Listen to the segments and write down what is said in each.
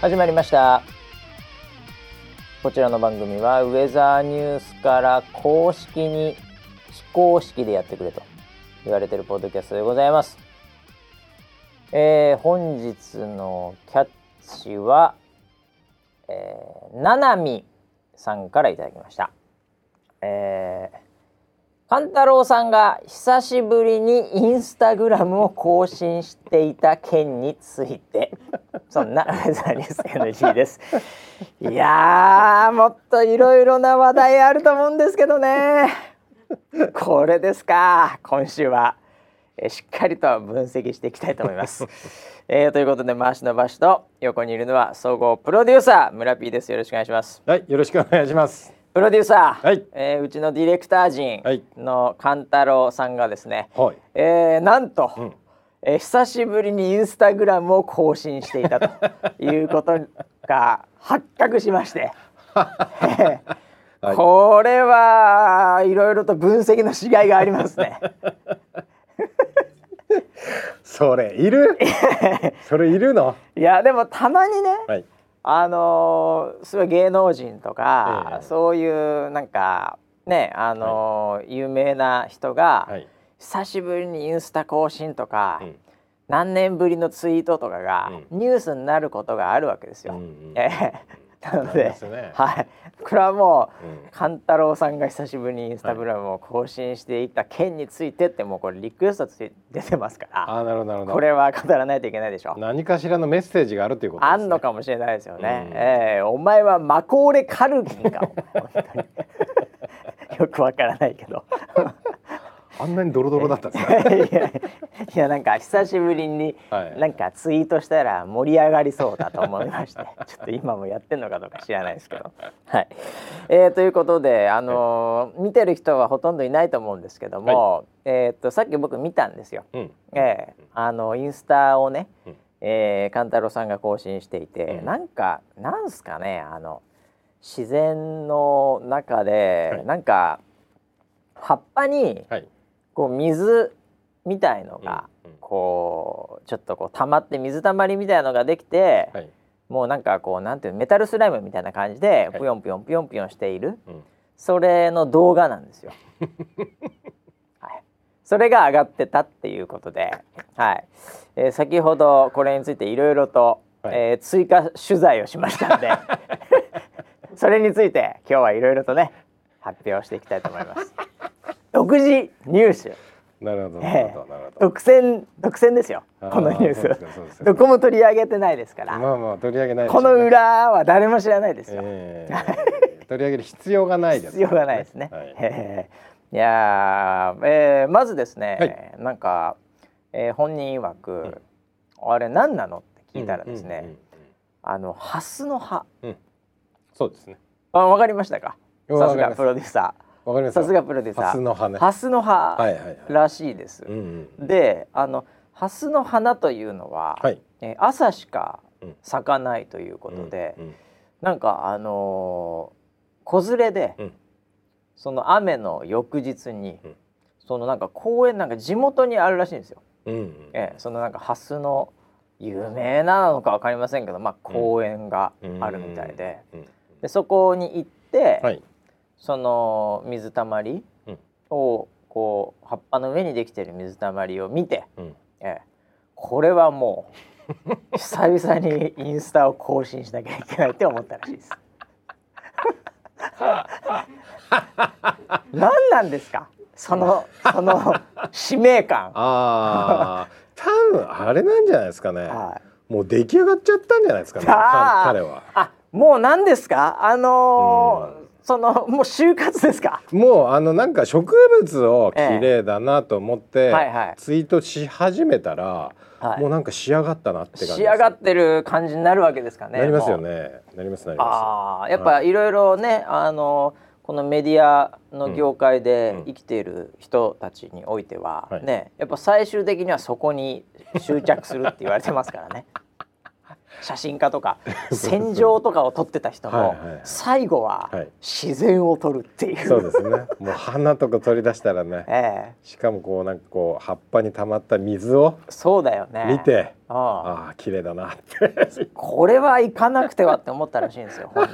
始まりましたこちらの番組はウェザーニュースから公式に非公式でやってくれと言われてるポッドキャストでございますえー、本日のキャッチは、えー、ななみさんからいただきましたえー勘太郎さんが久しぶりにインスタグラムを更新していた件について そんなウェザーニュース NG です いやーもっといろいろな話題あると思うんですけどね これですか今週はえーしっかりと分析していきたいと思います、 えーということで回しのばしと横にいるのは総合プロデューサー村 P ですよろしくお願いしますはい、よろしくお願いします。プロデューサー、はいえーうちのディレクター陣はいの勘太郎さんがですね、はいえーなんと、えー久しぶりにインスタグラムを更新していた ということが発覚しまして、はいこれはいろいろと分析のしがいがあります ね。それ いる？それいるの？いやでもたまにね、はい。あのーすごい芸能人とか、ええそういうなんかねあのー有名な人が、はい。久しぶりにインスタ更新とか、うん何年ぶりのツイートとかが、ニュースになることがあるわけですよ。うんうんえ えなのそうでですねはい、これはもうう勘太郎さんが久しぶりにインスタグラムを更新していた件についてってもうこれリクエストつい出てますからあー、なるほどなるほど。これは語らないといけないでしょ。何かしらのメッセージがあるということです、ね。あんのかもしれないですよね。うんええお前はマコーレカルキンか。お前本当に よくわからないけど。あんなにドロドロだったんですか。いやい やなんか久しぶりにはいなんかツイートしたら盛り上がりそうだと思いま してちょっと今もやってんのかどうか知らないですけど。はいえーということで、あのー見てる人はほとんどいないと思うんですけども、えー、とさっき僕見たんですよ。うん。ええあのインスタをね、うんえー、勘太郎さんが更新していて、うんなんかなんすかねあの自然の中で、はいなんか葉っぱにはい。こう水みたいのが、うんうんこうちょっとこう溜まって水たまりみたいのができて、はい。もうなんかこうなんていうのメタルスライムみたいな感じではいぷよんぷよんぷよんぷよんしているうん。それの動画なん ですよ。はい、それが上がってたっていうことで、はいえー先ほどこれについていろいろと、はいえー追加取材をしましたん でそれについて今日はいろいろとね発表していきたいと思います。独自入手なるほど。なるえほど。なるえほど。独占独占ですよあーこのニューそうですかそうでスすかどこも取り上げてないですから、まあまあ取り上げないでしょこうねの。裏は誰も知らないですよ、えー取り上げる必要 がないです、必要がないですね、はいええいやー、えーまずですね、なんか、えー本人曰く、あれ何なのって聞いたらですね、うんうんうんあのハスの葉そうですね。あわかりましたかうんさすわかりまがすプロデューサわかりまーすか。さすがプロデューサーハスの葉ねハスの葉はいはいはいらしいです、うんうん。であのハスの花というのは、はい。えー朝しかうん咲かないということで、うんなんかあのー子連れで、うんその雨の翌日に、うんそのなんか公園なんか地元にあるらしいんですよ。うんうん。ええそのなんかハスの有名なのかわかりませんけど、まあ公園があるみたいで、うんうんでそこに行って、はい。その水たまりうんをこう葉っぱの上にできてる水たまりを見て、うん。ええ、これはもう久々にインスタを更新しなきゃいけないって思ったらしい です。何なんですかそのその使命感。 ああ、多分あれなんじゃないですかね。はもう出来上がっちゃったんじゃないですかね。かあー彼は。あもう何ですかあのーうそのもう就活ですかもうあのなんか植物を綺麗だなと思って、えはいはいツイートし始めたら、はいもうなんか仕上がったなって感じです。仕上がってる感じになるわけですかね。なりますよもうね。なりますなりまああやっぱいろいろね、あのこのメディアの業界で生きている人たちにおいては、はい ねやっぱ最終的にはそこに執着するって言われてますからね。写真家とか戦場とかを撮ってた人はいもはいはい最後ははい自然を撮るっていう。そう ですねもう花とか取り出したらねええしかもこうなんかこう葉っぱに溜まった水をそうだよね。見て、うんああ綺麗だなってこれは行かなくてはって思ったらしいんですよ。本人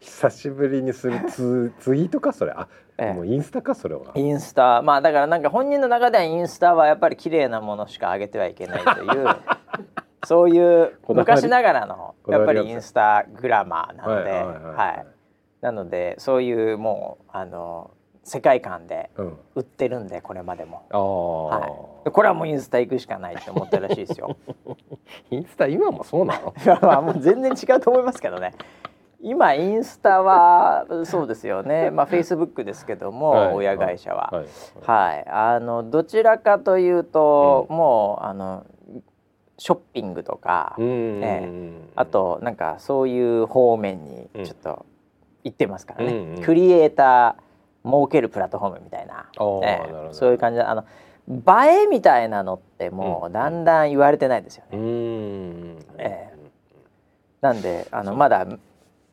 久しぶりにするツツイートかそれあ、ええもうインスタかそれはインスタまあだからなんか本人の中ではインスタはやっぱり綺麗なものしか上げてはいけないと いうそういうこだわり昔ながらのこだやっわぱりがりインスタグラマーなので、ははいいはいはいはいなのでそういうもうあの世界観でうん売ってるんでこれまでも、ああ、はい、これはもうインスタ行くしかないって思ったらしいです よ。インスタ今もそうなのいやまあもう全然違うと思いますけどね今インスタはそうですよねまあフェイスブックですけども、はい親会社は はいはい、あのどちらかというと、もうあのショッピングとか、うんうんうんえあとなんかそういう方面にうんちょっと行ってますからね、うんうんクリエイター儲けるプラットフォームみたいな,あーええ、なるほどそういう感じであの映えみたいなのってもうだんだん言われてないですよね。うんうんえなんであのまだ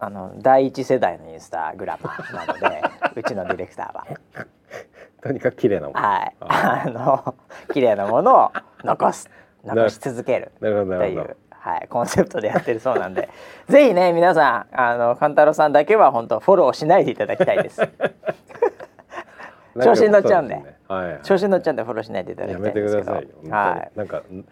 あの第一世代のインスタグラマーなの でうちのディレクターはとにかく綺麗なものはいああの綺麗なものを残 する残し続けるなるほどとないるほどう、はい、コンセプトでやってるそうなんで ぜひね皆さんあの勘太郎さんだけは本当フォローしないでいただきたい です調子に乗っちゃうんでなかそうすねはいはい調子に乗っちゃうんでフォローしないでいただやきたいめんでてくすけだどさいよ。はい、なんかん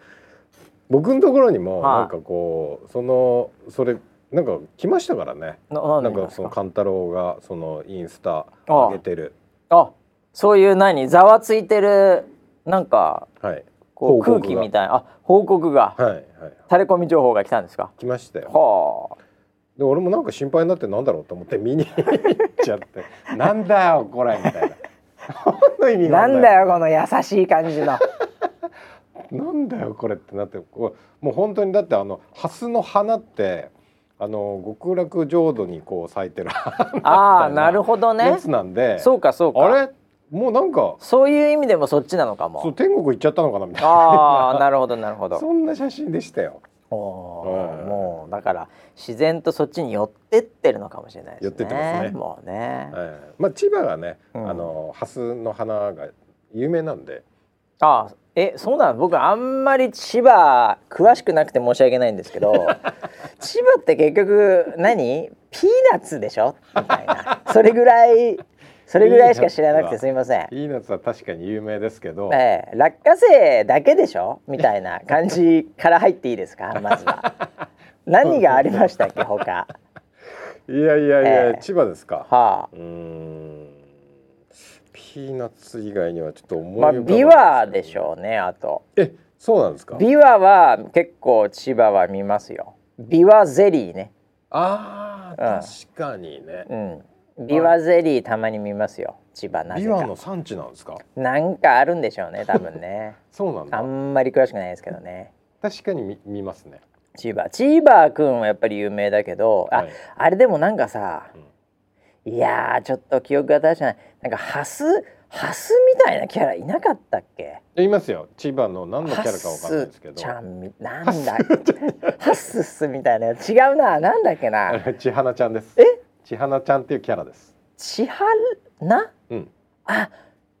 僕のところにもはいなんかこうそのそれなんか来ましたからね。なななんんでかですそのかカンタロウがそのインスタ上げてるあそういう何ざわついてるなんかはいこう報空告が気みたいなあ報告が、はいはい垂れ込み情報が来たんですか来ましたよ。はで俺もなんか心配になってなんだろうと思って見に行っち ゃってなんだよこれみたいな。何の意あ味がなあんだよこの優しい感じ のなんだよこれってなってこうもう本当にだってあのハスの花ってあの極楽浄土にこう咲いてるああなるほどやねつなんで、そうかそうかあれもうなんかそういう意味でもそっちなのかそうも天国行っちゃったのかなみたいああなるほどなるほなどそんな写真でしたよおうおんもうだから自然とそっちに寄ってってるのかもしれないですね寄ってってますねもうね、ええまあ千葉がね、うんあのハスの花が有名なんでああえそうなの僕あんまり千葉詳しくなくて申し訳ないんです けど千葉って結局何ピーナッツでしょみたいなそれぐらいそれぐらいしか知らなくてすみませんピーナッツは確かに有名ですけど、ええ、落花生だけでしょみたいな感じから入っていいです かまずは何がありましたっけ他いやいやいや、ええ千葉ですか、はあうーんピーナッツ以外にはちょっと思い浮まあかばない琵琶でしょうねあとえそうなんですか琵琶は結構千葉は見ますよ琵琶ゼリーねあうんー確かにねうん琵琶ゼリーたまに見ますよ千葉なぜ琵琶かの産地なんですかなんかあるんでしょうね多分 ねそうなんあだんまり詳しくないですけどね確かに見見ますね千葉千葉くんはやっぱり有名だけど、はいああれでもなんかさ、いやーちょっと記憶が正しくないなんかハスハスみたいなキャラいなかったっけ言いますよ千葉の何のキハャラかわかんないスですけどちゃんみなんだ ハススみたいなやつ違うななんだっけあなれ千花ちゃんですえ千花ちゃんっていうキャラです千春なうんあ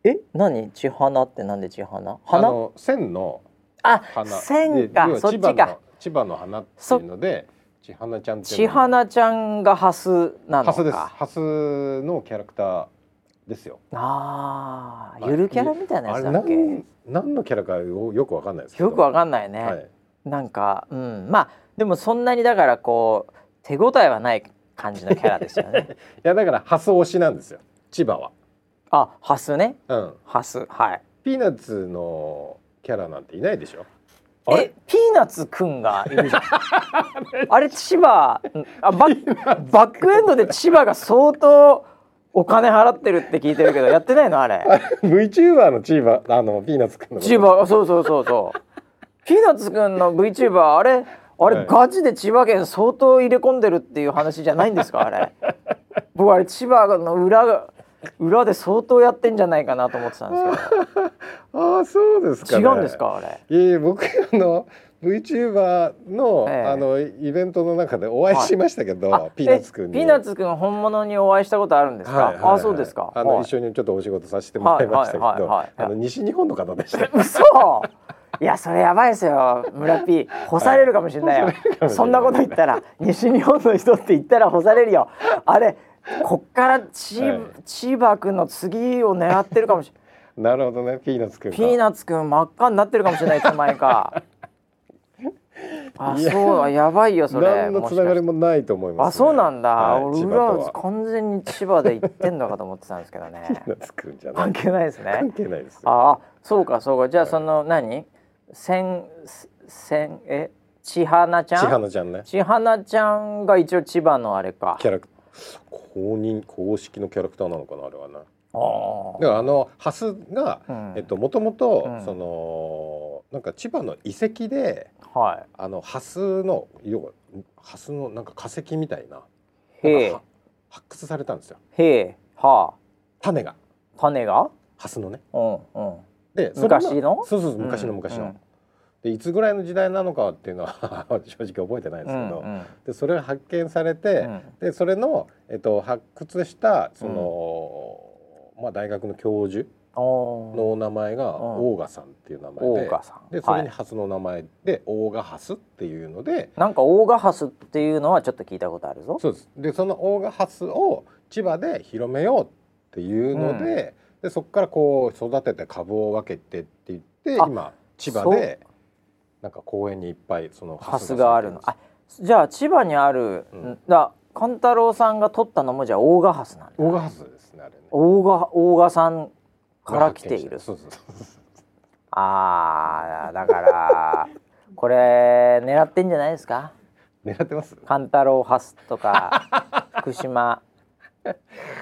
え何千花ってなんで千花あ花の千のあ花線で要かはそっ千ち葉かの千葉の花っていうので千花ちゃんっていう千の花ちゃんがハスなのかハスですハスのキャラクターですよあーゆるキャラみたいなやあつれだっけ何何のキャラかよよくわかんないですけどよくわかんないね、はいなんか、うん、まあでもそんなにだからこう手応えはない感じのキャラですよ ね。いやだからハス推しなんですよ千葉はあ、ハスね、うんハス、はい。ピーナッツのキャラなんていないでし ょあれえ、ピーナッツくんがいるじゃん。あれ千葉、んあバッバックエンドで千葉が相当お金払ってるって聞いてるけどやってないのあれ。 VTuber の千葉あのピーナッツくんのこと千葉、あそうそうそうそう。ピーナッツくんの VTuber あれ。あれ、はいガチで千葉県相当入れ込んでるっていう話じゃないんですかあれ僕あれ千葉の裏が裏で相当やってんじゃないか なと思ってたんですああそうですけか、どね、違うんですかあれいえいえ僕あの VTuber の、ええあのイベントの中でお会いしましたけど、あピーナッツくんにえピーナッツくん本物にお会いしたことあるんですか。はいはいはいあ、そうですか。あの、はい一緒にちょっとお仕事させてもらいましたけど、はいはいはいはいあの西日本の方でした 嘘。いやそれやばいですよ村 P 干されるかもしれないよ、干されるかもしれないそんなこと言ったら西日本の人って言ったら干されるよあれこっからチ,、はい千葉くんの次を狙ってるかもしれななるほどねピーナッツくんいピーがナッツくん真っ赤になってるかもしれないいつの間に かあいやそうだやばいよそれ何のつながりもないと思いあます、ね、そうなんだ、はい、俺千裏葉とはは完全に千葉で行ってんのかと思ってたんですけどね ピーナッツくんじゃない関係ないですね関係ないですよああそうかそうかじゃあはいその何千千え千花ち千ゃん花ちゃんね千花ちゃんが一応千葉のあれかキャラク公認公式のキャラクターなのかなあれはなあーだからあのハスが、うんえっともともとうんそのなんか千葉の遺跡ではあのハスの要はハスのなんか化石みたいなないんかへえは発掘されたんですよへえは種があ種がハスのねうんうんでそれが昔のそうそうそう昔の昔の、うんでいつぐらいの時代なのかっていうのは 正直覚えてないですけど、うんでそれが発見されうて、んでそれの、えっと、発掘したその、まあ、大学の教授おのお名前がうんオーガさんっていう名オ前ーで,、ガさんでそはれにいハスの名前で、オーガハスっていうのでなんかオーガハスっていうのはちょっと聞いたことあるぞそうですでそのオーガハスを千葉で広めようっていうので,、でそこからこう育てて株を分けてって言ってあ今千葉でなんか公園にいっぱいそのハスがあるのあじゃあ千葉にある、うんだ勘太郎さんが取ったのもじゃあオーガハスなんだオーガハスですねあれね。大賀大賀さんから来ている。そうそうそうああだから これ狙ってんじゃないですか。狙ってます。カンタロウハスとか福島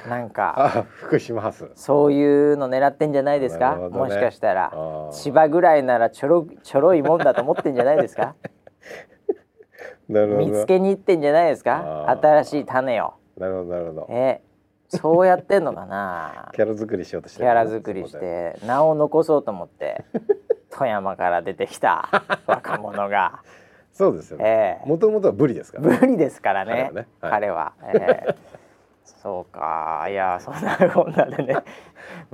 なんかあ、福島ハス。そういうの狙ってんじゃないですなか。るほどねもしかしたらあー千葉ぐらいならちょろちょろいもんだと思ってんじゃないですか。なるほど。見つけに行ってんじゃないですか。あー新しい種を。なるほどなるほど。えそうやってんのかな。キャラ作りしようとしてキるャラ作りし。て名を残そうと思って 富山から出てき た若者 が、そうですよね。ええもともとはブリですからね。無理ですからね彼彼は,、ええそうかいやそんなこんなで ね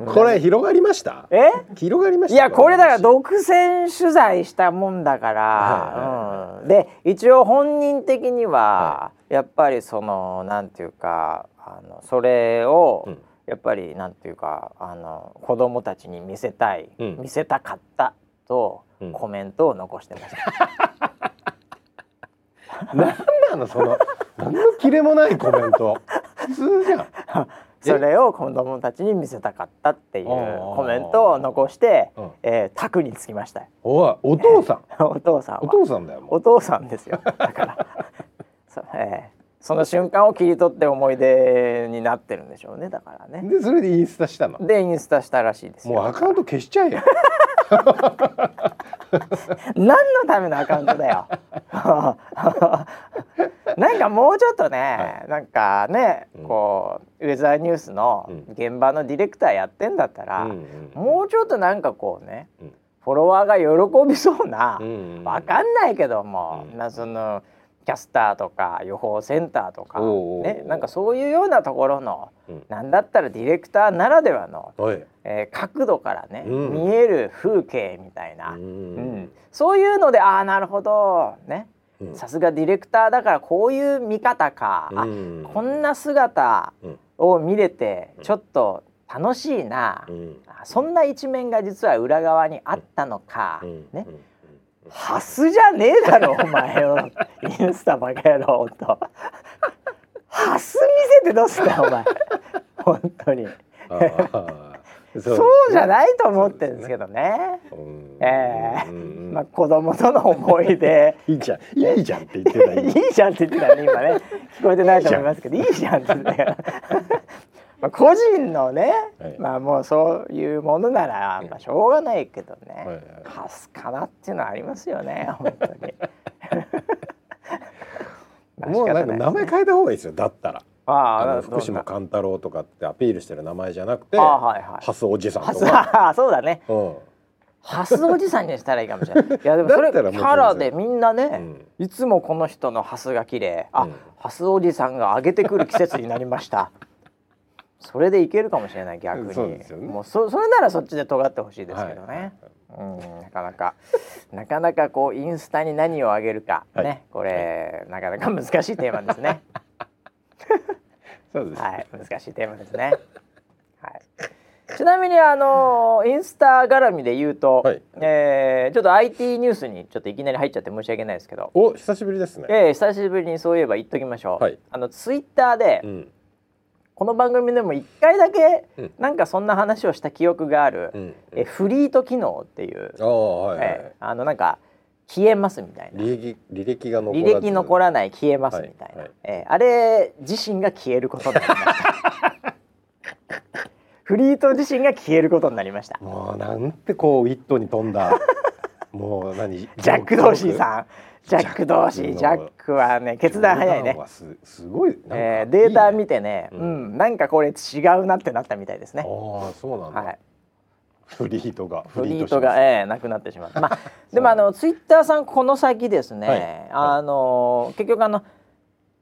これ広がりました。え広がりましいた。やこれだからう。独占取材したもんだから、うん、で一応本人的にはやっぱりそのなんていうかあのそれを、うんやっぱりなんていうかあの子供たちに見せたい、うん見せたかったと、うんコメントを残してま した。なんなのその。何のキレもないコメント。普通じゃん。それを子供たちに見せたかったっていうあーコメントを残してうん、えー、宅につきました。 おい、お父さん。お父さんは。お父さんだよ。もお父さんですよだから そ,、ええその瞬間を切り取って思い出になってるんでしょうねだからうねで、それでインスタしたの。でインスタしたらしいですよもうアカウント消しちゃえよ。何のためのアカウントだよ なんかもうちょっとね、なんかね、うんこうウェザーニュースのうん現場のディレクターやってんだったら、ももうちょっとなんかこうね、うんフォロワーが喜びそうな、うん。わかんないけども、うんなそのキャスターとか予報センターとか、おうおうおうね、なんかそういうようなところの、うんなんだったらディレクターならではの、おい。えー角度からね、うん見える風景みたいな、ううんん。そういうのでああなるほどねうんさすがディレクターだからこういう見方か、あうんこんな姿うんを見れてうんちょっと楽しいな、うんあそんな一面が実は裏側にあったのか、うんねうんハスじゃねえだろお前を インスタバカ野郎とハス見せてどうすんだよお前本当にあーそそうじゃないと思ってるんですけどねうんええうんうんうんまあ子供との思い出いいじゃんいいじゃんって言ってたい今いじゃんって言ってたね今ね 聞こえてないと思いますけどいいじゃんって言ってたよ まあ個人のね、はいまあもうそういうものならまあしょうがないけどね、はいはいハスかなっていうのはありますよね本当にまあ もうなんか名前変えた方がいいですよだったらああのあ、福島か。勘太郎とかってアピールしてる名前じゃなくてあはいはいハスおじさんハとス、かああそうだね。うんハスおじさんにしたらいいかもしれない。いやでもそれキだったらもう全然ャラでみんなね、ういつもこの人のハスが綺麗。あ、うんハスおじさんが上げてくる季節になりました。それでいけるかもしれない逆に。そうですよねもうそそれならそっちで尖ってほしいですけどね。はいうんなかなかなかなかこうインスタに何をあげるか、はいねこれ、なかなか難しいテーマです ね。そうです、はい、難しいテーマですね。はい。ちなみにあのーインスタ絡みで言うと、はいえーちょっと IT ニュースにちょっといきなり入っちゃって申し訳ないですけど、お久しぶりですね、えー久しぶりにそういえば言っときましょう。はいあのツイッターで、うんこの番組でも一回だけ、うんなんかそんな話をした記憶がある、うんえーフリート機能っていう、ああはい、はいえーあのなんか消えますみたいな。履歴履歴が残ら履ず歴残らない消えますみたいな、はいはいえーあれ自身が消えることになりました フリート自身が消えることになりましたもうなんてこう一頭に飛ん だもう何ジジャック・ドーシーさんジャック・ドーシージジャャックックはね決断早いねすすごいなんかえーデータいいね見てねううんん、なんかこれ違うなってなったみたいですねああそうなんだ、はいフリートがフリーしまトすが、えーなくなってしま う。まあ、でもあのツイッターさんこの先ですね、はいあの結局あの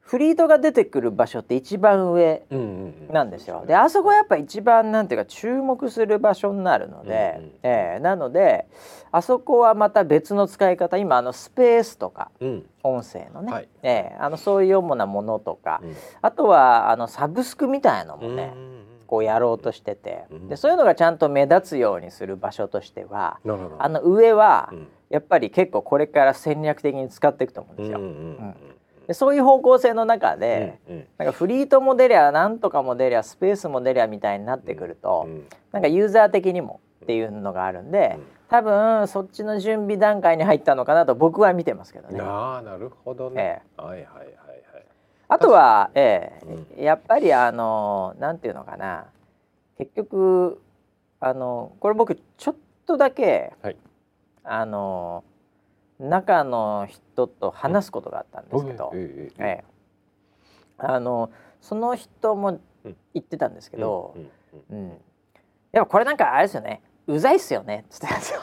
フリートが出てくる場所って一番上うんうんうんなんですよ。であそこやっぱ一番なんていうか注目する場所になるので、うんうんえーなのであそこはまた別の使い方今あのスペースとかうん音声のね、はいえーあのそういう主なものとか、うんあとはあのサブスクみたいのもね、うんこうやろうとしてて、うんでそういうのがちゃんと目立つようにする場所としては、なるほどあの上はうんやっぱり結構これから戦略的に使っていくと思うんでうんすうんよ。うんうんでそういう方向性の中で、うんなんかフリートも出りゃなんとかも出りゃスペースも出りゃみたいになってくると、うんなんかユーザー的にもっていうのがあるんで、うん多分そっちの準備段階に入ったのかなと僕は見てますけどね。ああなるほどね、はいはいはいはいあとは、ええうやっぱりあのなんていうのかな結局あのこれ僕ちょっとだけ、はいあの中の人と話すことがあったんですけど、ええええええ、あのその人もうん言ってたんですけど、うんうんうんやっぱこれなんかあれですよねうざいっすよねっつってたんですよ。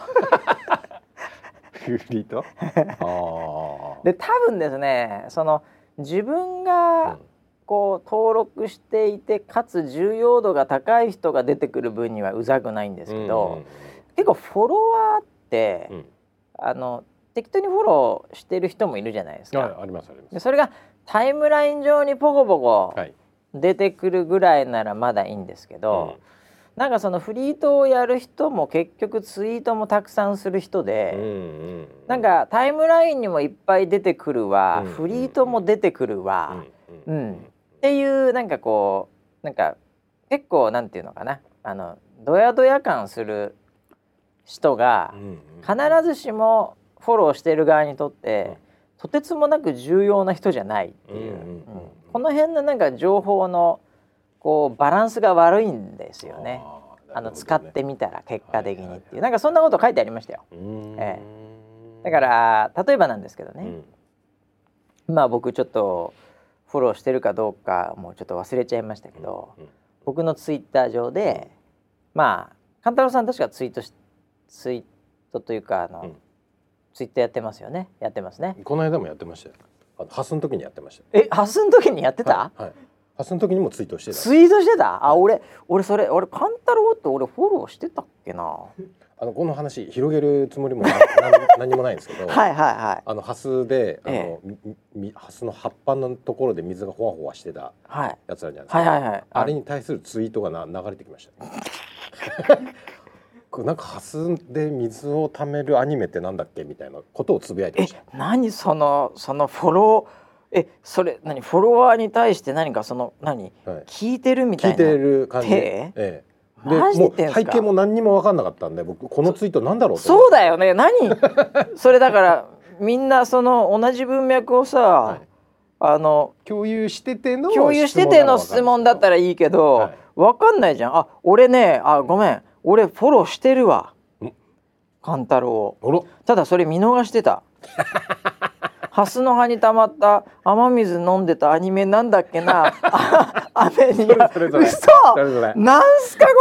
フリー トああで多分ですねその自分がこう登録していてかつ重要度が高い人が出てくる分にはうざくないんですけど、結構フォロワーって、うんうんうんあの適当にフォローしてる人もいるじゃないですか。はいありますありまですそれがタイムライン上にポコポコはい出てくるぐらいならまだいいんですけど、なんかそのフリートをやる人も結局ツイートもたくさんする人で、うんうんうなんかタイムラインにもいっぱい出てくるわ、うんフリートも出てくるわ、っうんうんうんていうなんかこうなんか結構なんていうのかなあのドヤドヤ感する人がうんうん必ずしもフォローしてる側にとって、うんとてつもなく重要な人じゃないっていう、うんうんうんうんこの辺のなんか情報のこうバランスが悪いんですよね。あの使ってみたら結果的にっていう、はいはいはいなんかそんなこと書いてありましたよ。ええだから例えばなんですけどうんね、まあ僕ちょっとフォローしてるかどうかもうちょっと忘れちゃいましたけど、うん僕のツイッター上で、まあ勘太郎さん確かツイートしツイートというかあの、うんツイッターやってますよねやってますね。この間もやってましたよあのハスの時にやってましたよえハスの時にやってた、はいはいハスの時にもツイートしてたツイートしてたあ俺俺それ俺勘太郎って俺フォローしてたっけなはあのこの話広げるつもりもな なん何にもないんですけどいはいはいあのハスであえのみみハスの葉っぱのところで水がほわほわしてたはいやつあるじゃないですかはいはいはいあれに対するツイートがな流れてき ました、ね。これなんかハスで水を貯めるアニメってなんだっけみたいなことをつぶやいてまえした。何そのそのフォローえそれ何フォロワーに対して何かその何はい、聞いてるみたいな聞いてる感じ。手ええ。マジで言もうって背んすか景も何にも分かんなかったんで僕このツイートなんだろうと思そうってだよね何 それだからみんなその同じ文脈をさ、はいあの共有してての共有してての質問だったららいいけど、はいわかんないじゃんあ俺ねあごめん俺フォローしてるわん勘太郎をあら ただそれ見逃してたハスの葉に溜まった雨水飲んでたアニメなんだっけ なあ雨にそれそれそれ嘘それそれなんすかこ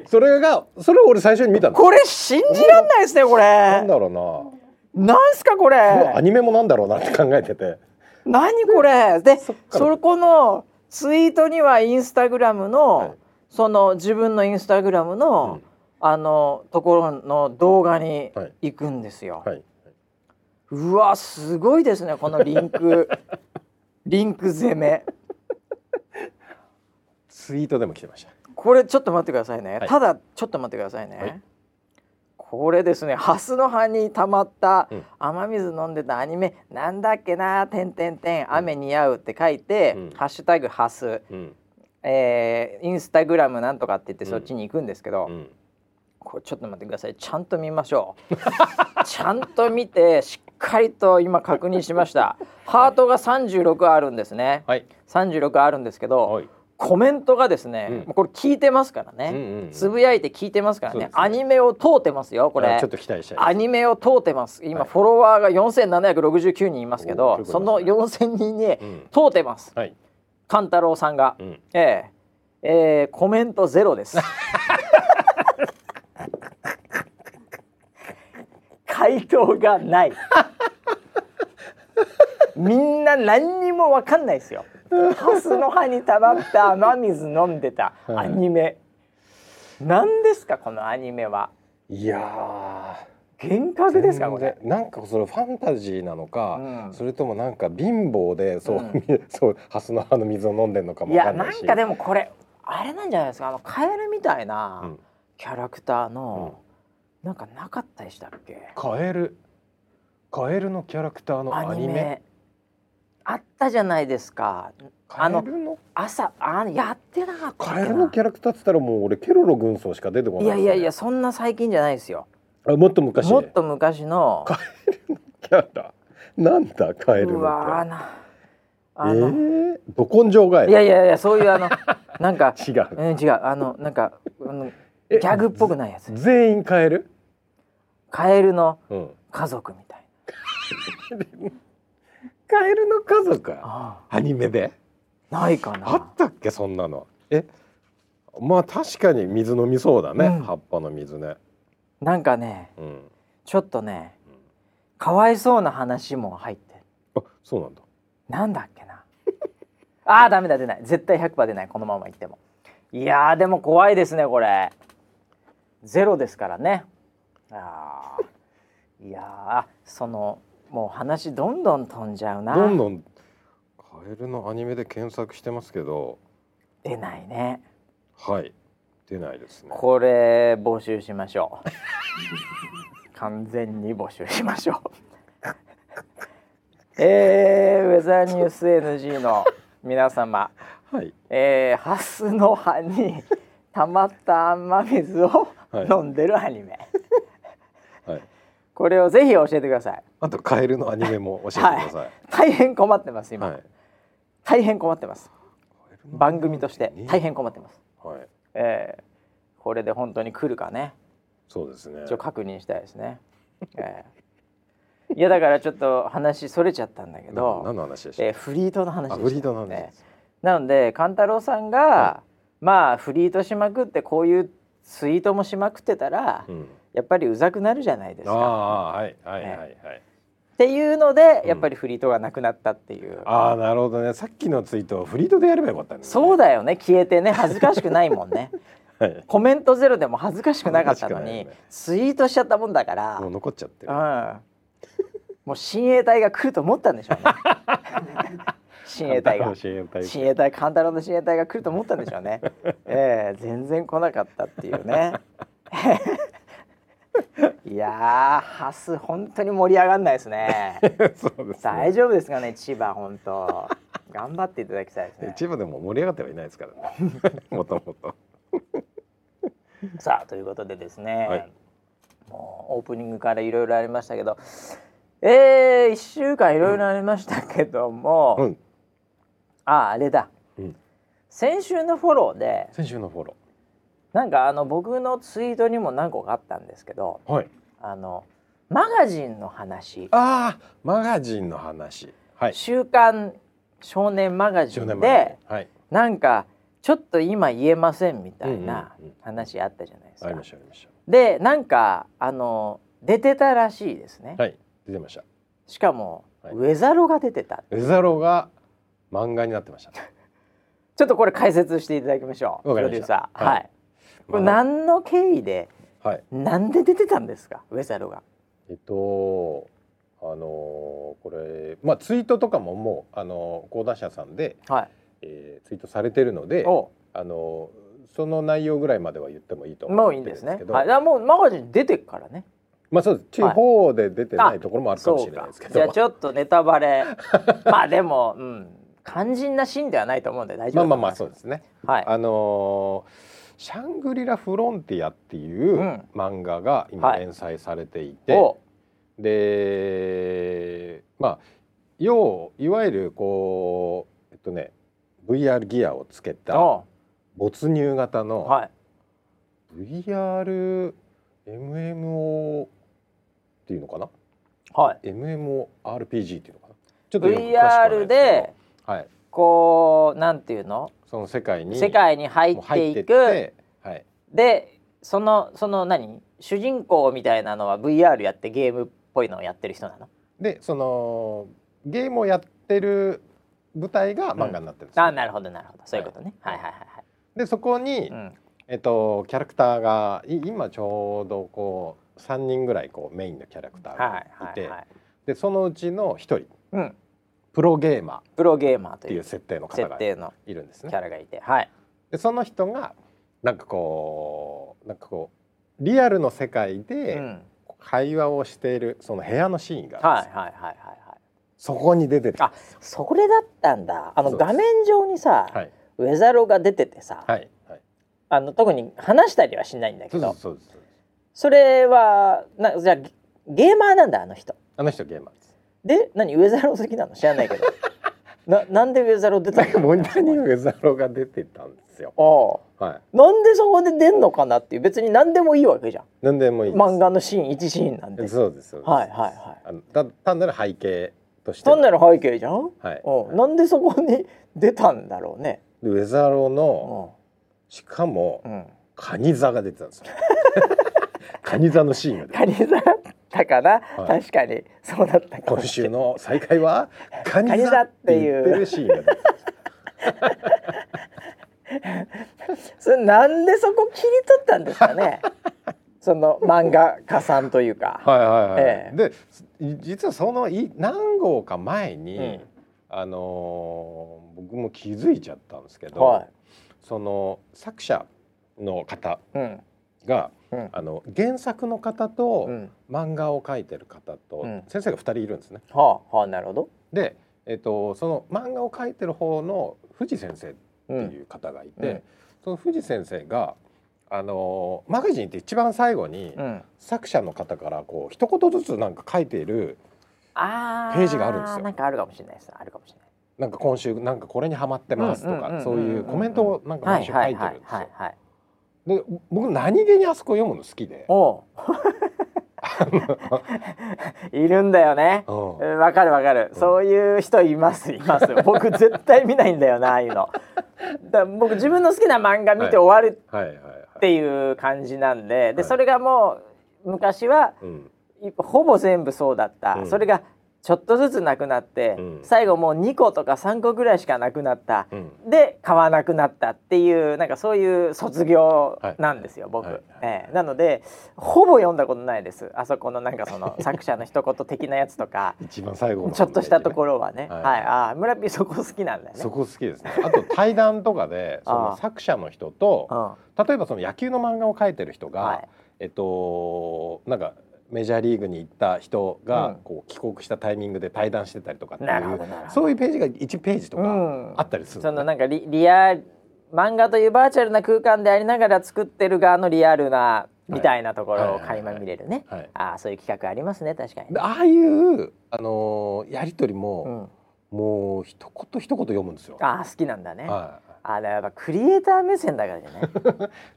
れそれがそれを俺最初に見たのこれ信じらんないですねこなんれだろうななんすかここのアれニメもなんだろうなって考えてて何これでそっからそこのツイートにはインスタグラムの、はいその自分のインスタグラムの、あのところの動画にはい行くんですよ、はい、うわすごいですねこのリンク リンク攻めツイートでも来てましたこれちょっと待ってくださいね、はいただちょっと待ってくださいね、はいこれですねハスの葉に溜まったうん雨水飲んでたアニメ、なんだっけなてんてんてん雨似合うって書いて、うんハッシュタグハス、うんえーインスタグラムなんとかって言ってそっちに行くんですけど、うんこれちょっと待ってくださいちゃんと見ましょう ちゃんと見てしっかりと今確認しましたハートが36あるんですね、はい36あるんですけど、はいコメントがですね、うんこれ聞いてますからうんね、うんうんつぶやいて聞いてますからそうねですねアニメを通ってますよこれあちょっと期待したいですアニメを通ってます今フォロワーが4769人いますけど、おーそのという4000人にうん通ってますはい勘太郎さんが、うんええええコメントゼロです 回答がないみんな何にもわかんないですよハスの葉にたまった雨水飲んでたアニメ、なんですかこのアニメはいや幻覚ーですかこれ全然なんかそれファンタジーなのか、うんそれともなんか貧乏でそう、う そうハスの葉の水を飲んでるのかいもわやかんなないしんかでもこれあれなんじゃないですかあのカエルみたいなうんキャラクターの、なんかなかったでしたっけカエルカエルのキャラクターのアアニニメメあったじゃないですかカあエのルの朝あやってなかったっけなカエルのキャラクターっつったらもう俺ケロロ軍曹しか出てこないいでやすね、いやいやそんな最近じゃないですよあもっと昔もっと昔のキャラなんだカエルのうキャわーラなえあの、ー、ど根性ガエいルやいやいやそういうあ のなんか違ううん違うあのなんかあのギえャグっぽくないやつ全員カエルカエルのうん家族みたいカエルの家族なあアニメであないかあっなたっけそんなのえまあ確かに水飲みそうだね、うん葉っぱの水ねなんかねうんちょっとねかわいそうな話も入ってるあそうなんだなんだっけな あーダメだ出ない絶対100%出ないこのままいってもいやーでも怖いですねこれゼロですからねあーいやーそのもう話どんどん飛んじゃうなどんどんカエルのアニメで検索してますけど出ないねはい出ないですねこれ募集しましょう 完全に募集しましょう えー、ウェザーニュース NG の皆様はいえー、ハスの葉に溜まった雨水をはい飲んでるアニメ、 はいこれをぜひ教えてくださいあとカエルのアニメも教えてください大変困ってます今、はい、大変困ってますカエルの番組として大変困ってます、はいえー、これで本当に来るかねそうですちねょっと確認したいですね、えー、いやだからちょっと話それちゃったんだけな何ど、の話でした、えー、フリートの話であしたフリードの話でえーす、なので勘太郎さんが、はまあフリートしまくってこういうツイートもしまくってたら、うんやっぱりうざくなるじゃないですあか。あはいはいはいねはい、っていうのでうんやっぱりフリートがなくなったっていう、ああなるほどねさっきのツイートをフリードでやればよかったんです、ね、そうだよね消えてね恥ずかしくないもん ねはいコメントゼロでも恥ずかしくなかったの恥ずかしに、くないよねツイートしちゃったもんだから、もうう残っちゃってるん、もう親衛隊が来ると思ったんでしょ うね親衛隊が親衛隊親衛隊勘太郎の親衛隊が来ると思ったんでしょう ね、ええ全然来なかったっていうねいやーハス本当に盛り上がんないですねそうですね大丈夫ですかね千葉本当頑張っていただきたいです ね千葉でも盛り上がってはいないですからね もともとさあということでですね、はいもうオープニングからいろいろありましたけどえー、1週間いろいろありましたけども、うんああれだ、うん先週のフォローで先週のフォロなんかあの僕のツイートにも何個かあったんですけどーはいあのマガジンの話、ああマガジンの話はい週刊少年マガジ少ン年マガジでンはいなんかちょっと今言えませんみたいなうんうんうん話あったじゃないですあか。りましたありましでなんかあの出てたらしいですね。たはい出てましたしかも、はいウェザロが出てた。ウザロが漫画になってましたちょっとこれ解説していただきましょう。わかりましたプロデューサーはい。はいこれ何の経緯ではいなんで出てたんですかウェザロが。えっとあのーこれまあツイートとかももうあのー講談社さんで、はえーツイートされてるのでい。おあのーその内容ぐらいまでは言ってもいいと思もういいっんてでるすんですね。けどはい。だからもうマガジン出てっからね。まあそうです地方で出てはないいところもあるかもしそうれなかいですけ。どじゃあちょっとネタバ レ。まあでも、うん、肝心なシーンではないと思うんで大丈まあ夫だとまあ思まいあそうす。ですねはい。あのーシャングリラ・フロンティア」っていううん漫画が今はい連載されていて、おでまあ要いわゆるこうえっとね VR ギアをつけたお没入型のはい。 VRMMO っていうのかなはい。 MMORPG っていうのかなちょっとよく詳しくはない VR すけでどはい、こうなんていうのその世界に世界に入もっうていってっくてはい、でそのその何主人公みたいなのは VR やってゲームっぽいのをやってる人なのでそのゲームをやってる舞台が漫画になってるんですよ、あなるほどなるほどそういうことね、は、はいいはいはいでそこに、はいうんえっと、キャラクターがい今ちょうどこう3人ぐらいこうメインのキャラクターがはいいて、はいはいでそのうちの1人うんプロゲーマーっプロゲーマーとていいうう設定の方設が定のいるんですキねャ。ラがいてはいでその人がなんかこうなんかこうリアルの世界うんではい会話をしているその部屋のシーンがあるはんですいはいはいはいそこに出てた、あそれだったんだあのそうです画面上にさ、はいウェザロが出ててさ、はいはい、あの特に話したりはしないんだけそうでどすそうですそうですそれはなじゃあゲゲーマーなんだあの人あの人ゲーマーです。で何ウェザロ好きなの知らないけどななんでウェザロ出たなんかのモニターにウェザロが出てたんですよ。あはあなんでそこで出んのかなっていう別に何でもいいわけじゃんい。なんでもいいです。漫画のシーン1シーンなんでそうですそうです。はいはいはいあのた単なる背景として単なる背景じゃん、はい、うん、なんでそこに出たんだろうね、でウェザロうのんしかもうん、カニ座が出てたんですよ カニ座のシーンが出てたカニ座だったかな、はい確かにそうだったかも今し週れないの再会はカニカニ座座っっててい言うってるシーンが出てたそれなんでそこ切り取ったんですかね その漫画家さんというか、はいはいはい、ええで実はそのい何号か前に、うんあのー僕も気づいちゃったんですけど、はその作者の方い、うんがうんあの原作の方うとん、漫画を描いてる方とうん先生が2人いるんですね。はあはあなるほど、で、えっと、その漫画を描いてる方の藤先生うってんいう方がいて、うんその藤先生が、あのーマガジンって一番最後にうん、作者の方からこう一言ずつなんか書いているあページがあるんですよなんかあるかもしれないですあるかもしれないなんか今週なんかこれにハマってますとうんうんうんうんうかんそういうコメントをなんかは毎い週書はいいてはるいんですはいよ。はい。で僕何気にあそこ読むの好きで、お ういるんだよね。うんうんわかるわかる。そういう人いますいます。 僕絶対見ないんだよなああいうの。だ僕自分の好きな漫画見て終わるはいはいはいっていう感じなんで、ではいそれがもう昔はうんいほぼ全部そうだった。うんそれがちょっとずつなくなって、うん最後もう2個とか3個ぐらいしかなくなった。うんで買わなくなったっていうなんかそういう卒業なんですよ、はい僕、はいええなのでほぼ読んだことないですあそこのなんかそ の作者の一言的なやつとか一番最後の、ちょっとしたところろはね、ははいいああ村ピーそこ好きなんだよねそこ好きですねあと対談とか でそああの作者の人とうんは例えばその野球の漫画を描いてる人が、はいえっとなんかメジャーリーグに行った人が、うんこう帰国したタイミングで対談してたりとかっていなるほどなるほどうそういうページが1ページとかうんあったりするそのね、なんかリリア漫画というバーチャルな空間でありながら作ってる側のリアルなみたいなところを垣間見れるね、はい、ああそういう企画ありますね確かにで、ああいう、あのーやり取りうも、ん、もう一言一言読むんですよ。ああ好きなんだね、はああだからやっぱクリエイター目線だからじゃ ないい、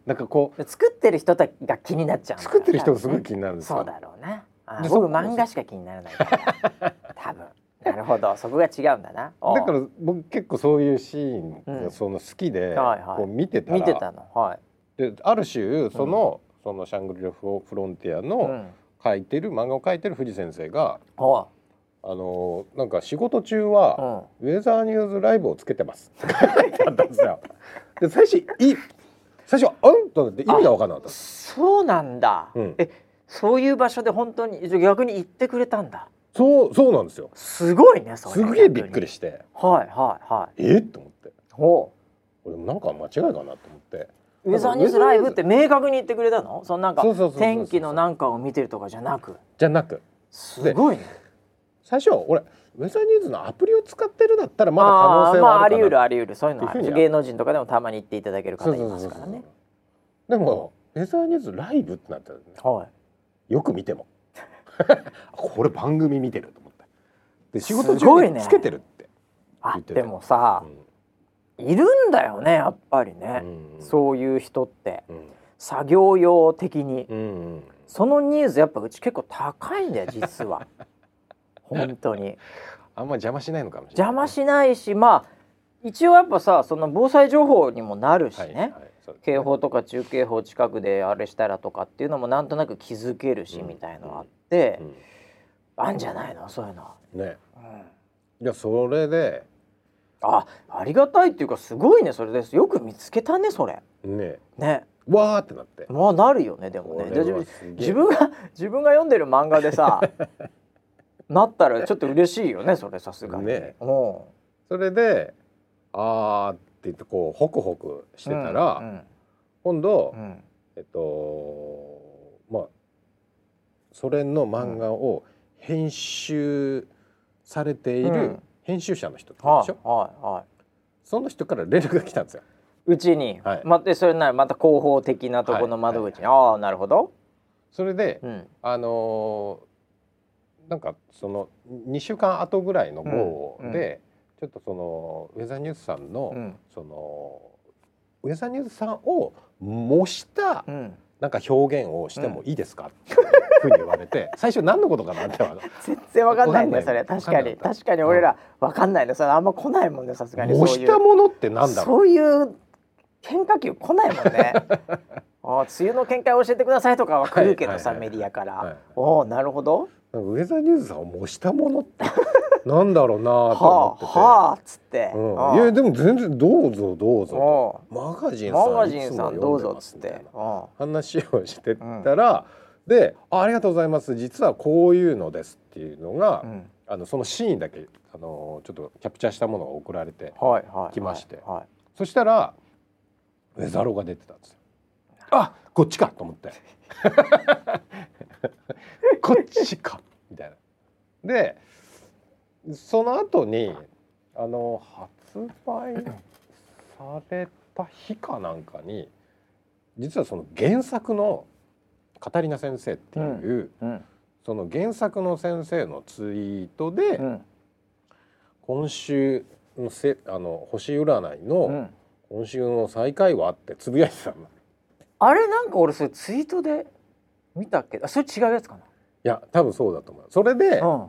なんかこう作ってる人たちが気になっちゃうんだよね作ってる人がすごい気になるんですよ。そうだろうなああでー僕そ漫画しか気にならないからな多分なるほどそこが違うんだなおうだから僕結構そういうシーンうんがその好きで、はいはいこう見てたら見てたのはい、である種その、そのシャングリラフロフロンティアうのん、書いてる漫画を書いてる藤先生が、おうあのなんか仕事中うは、んウェザーニューズライブをつけてますって書いてあったんで すよ。で最初い最初はうんとなって意味が分かんなかったんです。そうなんだ、うんえそういう場所で本当にじゃあ逆に行ってくれたんだそうそうなんですよ。すごいねそれすげえびっくりししてはいはいはいえっと思ってほ俺もなんか間違いかなと思ってうウェザーニュースライブって明確に言ってくれたのそのなんかそうそうそうそう天気のなんかを見てるとかじゃなくじゃなくすごいね最初俺ウェザーニューズのアプリを使ってるだったらまだ可能あー性まはああありるかな得るあり得るそういうのはあっていうふうるには芸能人とかでもたまに行っていただけるそ方ういそうそまうすそうからねでもウェザーニューズライブってなったらねはいよく見ても これ番組見てると思ってで仕事すご中いねにつけてるってあ言ってたでもさ、いるんだよねやっぱりね、そういう人ってうん作業用的にうんうんそのニーズやっぱうち結構高いんだよ実 は本当にあんまり邪魔しないのかもしれな邪い魔しないしまあ一応やっぱさその防災情報にもなるしね、はいはいそうですね警報とか中警報近くであれしたらとかっていうのもなんとなく気づけるしうんみたいのあって、うあんじゃないのそういうの、んねうんいやそれであありがたいっていうかすごいねそれですよく見つけたねそれねねわーってなってまあなるよねでもこねれはで自分すげえ自分が自分が読んでる漫画で さなったらちょっと嬉しいよねそれさすがにねもそれで「あー」って言ってこうホクホクうしてたら、うん今度、うんうんえっとまあそれの漫画を編集されていうんうるん編集者の人っているはでしいょ、はいはいその人から連絡が来たんですよ。うちに、はいまでそれならまた広報的なとこの窓口に、ああなるほど、それで、うん、あのーなんかその2週間後ぐらいの号うんで、ちょっとそのウェザーニュースさんの、うんそのウェザーニュースさんを模 したうん、なんか表現をしてもいいですか、っていうふうに言われて最初何のことかなっては全然わかんないねわかそんなれい確かにわか確かに俺んなかったらわかんないねそれあんま来ないもんねさすがに模そうしいうたものってなんだろそういう喧嘩球来ないもん ねああ梅雨の見解教えてくださいとかは来るけどさ、はいはいはいはメいディアから、はいおおなるほどうなんかウェザーニュースさんを模したものって なんだろうなはぁあと思ってて、はあっつって、うん、いやでも全然どうぞどううぞんマガジンさマんガジンさんいつもどうん読でぞまっつすっみたいてな、うん話をしてたら、であ「ありがとうございます実はこういうのです」っていうのが、うんあのそのシーンだけ、あのちょっとキャプチャーしたものが送られてはいはいはい来ましてはいそしたらウェザロが出てたんですよ。あこっちかと思って こっちかみたいな。でその後にあの発売された日かなんかに実はその原作のカタリナ先生っていう、うんその原作の先生のツイートで、うん今週のせあの星占いの、うん今週の最下位はってつぶやいてたのいあれなんか俺それツイートで見たっけどあそれ違うやつかや多分そうだと思うそれで、なうん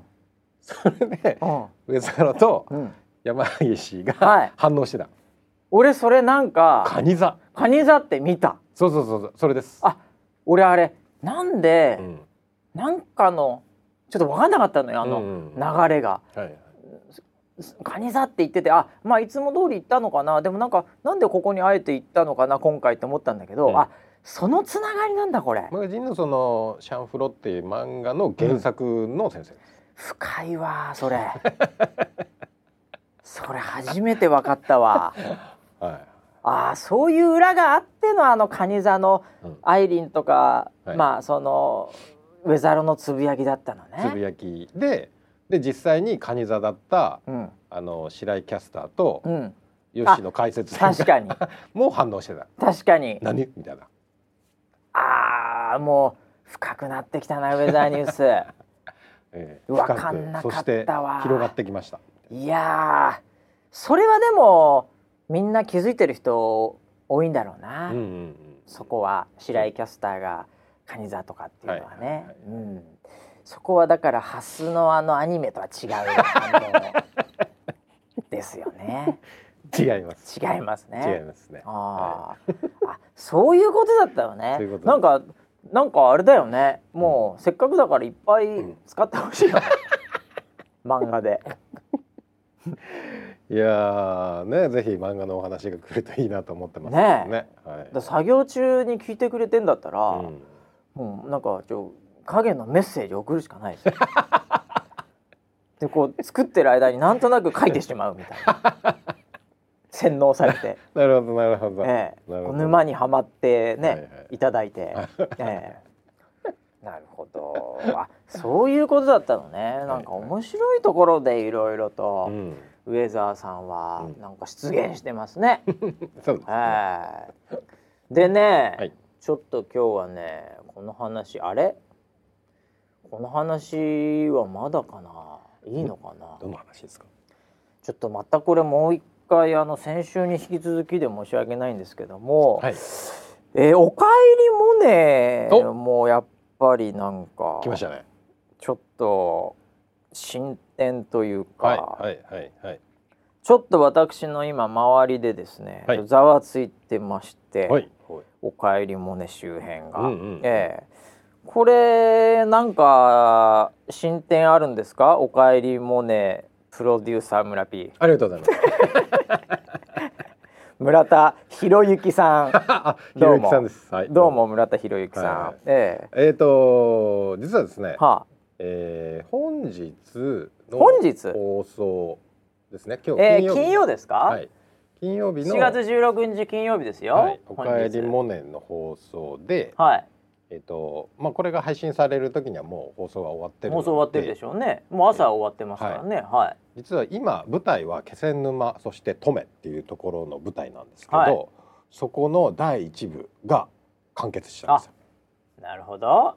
それでうん上沢とうん山岸はいが反応してた俺それなん「かカニ座カニ座って見た」そうそうそうそうそれですあ俺あれなんで、うんなんかのちょっと分かんなかったのよあうんのうんうん流れが。はいはいカニ座って言っててあまあいつも通り行ったのかなでもなんかなんでここにあえて行ったのかな今回って思ったんだけど、うんあそのつながりなんだこれマガジンのその「シャンフロ」っていう漫画の原作の先生です、深いわそれ それ初めて分かったわはいあーそういう裏があってのあのカニ座のうんアイリンとか、はいまあそのウェザロのつぶやきだったのね。つぶやきでで実際にカニ座だったうんあの白井キャスターとうん、吉野解説さん確がかにもう反応してた確か に「何?」みたいなああもう深くなってきたなウェザーニュース ええわかんなか深くったわそして広がってきましたいやーそれはでもみんな気づいてる人多いんだろうな、うんうんうんそこは白井キャスターがカニ座とかっていうのはね、はいはいはいうん、そこはだからハスのあのアニメとは違う反応 ですよね違います違いますね違いますねあー、あそういうことだったよねそういうことですなんかなんかあれだよねもう、せっかくだからいっぱい使ってほ しいよね、漫画でいやーねぜひ漫画のお話が来るといいなと思ってますけどねねはいだ作業中に聞いてくれてんだったら、うんもうなんかちょ影のメッセージ送るしか ないですよでこう作ってる間になんとなく書いてしまうみたいな 洗脳されて、なるほどなるほど、ええなるほど沼にはまってね、はいいはただいて、 ええなるほどあそういうことだったのねなんか面白いところでいろいろと、うん、ウェザーさんはうんなんか出現してます ね。そうですね、はいでね、はいちょっと今日はねこの話あれこの話はまだかないいのかなどの話ですかちょっとまたこれもう一回あの先週に引き続きで申し訳ないんですけども「はいえーおかえりモネ」おもやっぱりなんか来ましたねちょっと進展というか、はいはいはいはいちょっと私の今周りでですねはいざわ、ついてまして。はいおかえりモネ周辺が、うんうんええこれなんか進展あるんですかおかえりモネプロデューサー村 P ありがとうございます 村田博之 さんあひどろうゆもきさんですはいどうも村田博之さん、はいはいえええっ、と実はですね、はえー、本日の本日放送ですね今あ、え日え金曜日、金曜ですか、はい金曜日の4月16日金曜日ですよ、はい、おかえり本モネの放送で日はいえっ、とまあこれが配信される時にはもう放送は終わってるの放送終わってるでしょうねもう朝終わってますからねはい実は今舞台は気仙沼そして登米っていうところの舞台なんですけど、はいそこの第一部が完結したんですよ。なるほど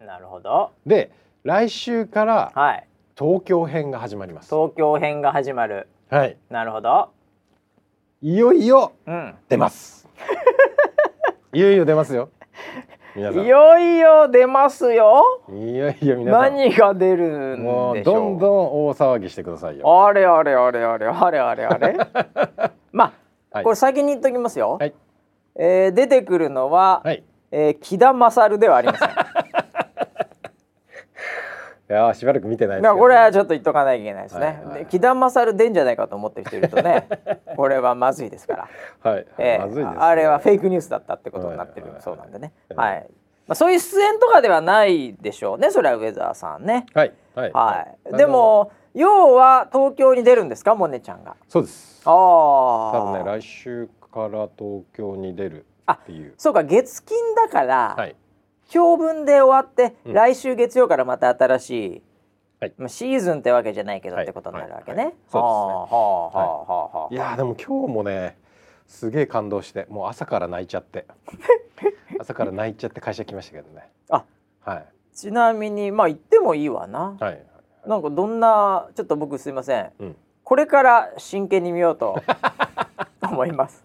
なるほどで来週からはい東京編が始まります。東京編が始まるはい、なるほどいよいようん 出ます。いよいよ出ますよ。皆いさん。いよよいよ出ますよ。いよ皆さん。何が出るんもうでしょう。どんどん大騒ぎしてくださいよ。あれあれあれあれあれあれあ れ。まあ、はいこれ先に言っときますよ。はいえー出てくるのは、はい。えー木田勝ではありま せん。だかいやーしばらく見てないですけど、らこれはちょっと言っとかないといけないですね。はいはいで木田勝出んじゃないかと思ってる人いると ね、これはまずいですから。はい、えーまずいですね、あれはフェイクニュースだったってことになってるはいはいはいそうなんでね。ははいい。まあそういう出演とかではないでしょうね。それはウェザーさんね。はいはいはい。でも要は東京に出るんですか、モネちゃんが。そうです。ああ。多分ね来週から東京に出るっていう。そうか月金だから、はい。今日分で終わって、うん来週月曜からまた新しい、はいまあシーズンってわけじゃないけどはいってことになるわけはいね。ははあいはあはあはあはあいやーでも今日もねすげえ感動してもう朝から泣いちゃって 朝から泣いちゃって会社来ましたけどね。あはいちなみにまあ行ってもいいわな。はいはい。なんかどんなちょっと僕すいません。うん。これから真剣に見よう と思います。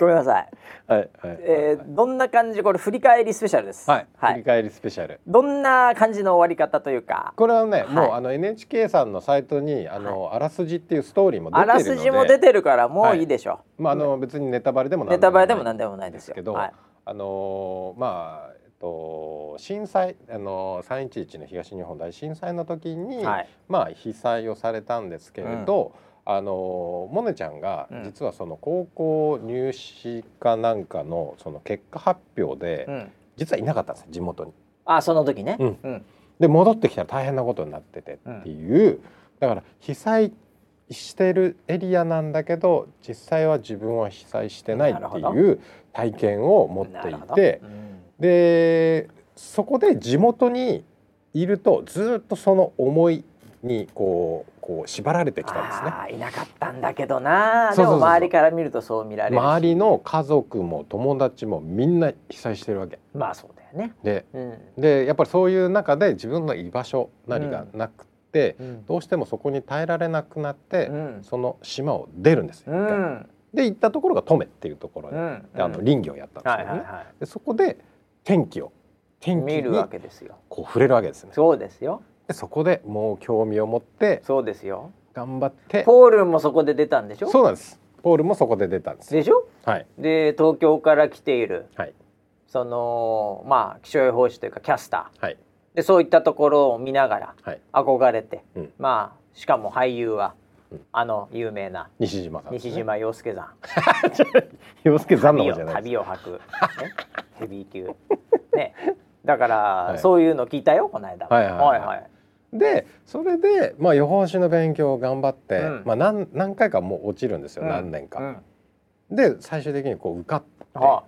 ごめんなさい。はいはいはい。えー、どんな感じこれ振り返りスペシャルです。はい、振り返りスペシャル。どんな感じの終わり方というか。これはね、はいもうあの NHK さんのサイトにあの、あらすじっていうストーリーも出てあるので、らすじも出てるからもういいでしょまああの別にネタバレでもう。なんネタバレでもなないんでもないでですすけよ。ど、はい、あのーまあえっと震災あの三一一の東日本大震災の時に、はいまあ被災をされたんですけれど。あのーモネちゃんがうん実はその高校入試かなんかのその結果発表でうん、実はいなかったんですよ地元に。あその時ね。うんうんで戻ってきたら大変なことになっててっていう、だから被災してるエリアなんだけど実際は自分は被災してないなってるほいう体験を持っていてなるほどうんでそこで地元にいるとずっとその思いにこうこう縛られてきたんですね。あーいなかったんだけどなそうそうそうでも周りから見るとそう見られるし周りの家族も友達もみんな被災してるわけまあそうだよね、でうんでやっぱりそういう中で自分の居場所なりがなくて、うんどうしてもそこに耐えられなくなって、うんその島を出るんですよ、うんうんで行ったところが登米っていうところで,、うんであの林業をやったんですはけいどはね、いはでそこで天気を天気見にるわけですよ。こう触れるわけですねそうですよ。でそこでもう興味を持ってそうですよ。頑張ってポールもそこで出たんでしょ。そうなんですポールもそこで出たんですでしょ。はいで東京から来ているはいそのまあ気象予報士というかキャスタはいーでそういったところを見ながらはい憧れて、うんまあしかも俳優は、うんあの有名な西島さんです西ね、島洋介さ洋介んさんの方旅じをゃないです旅を履 く、ね、ヘビー級ねだから、いそういうの聞いたよこの間はいはいはいはいでそれで、まあ、予報士の勉強を頑張って、うんまあ、何何回かもう落ちるんですよ、うん何年うか。んで最終的にこう受かって、は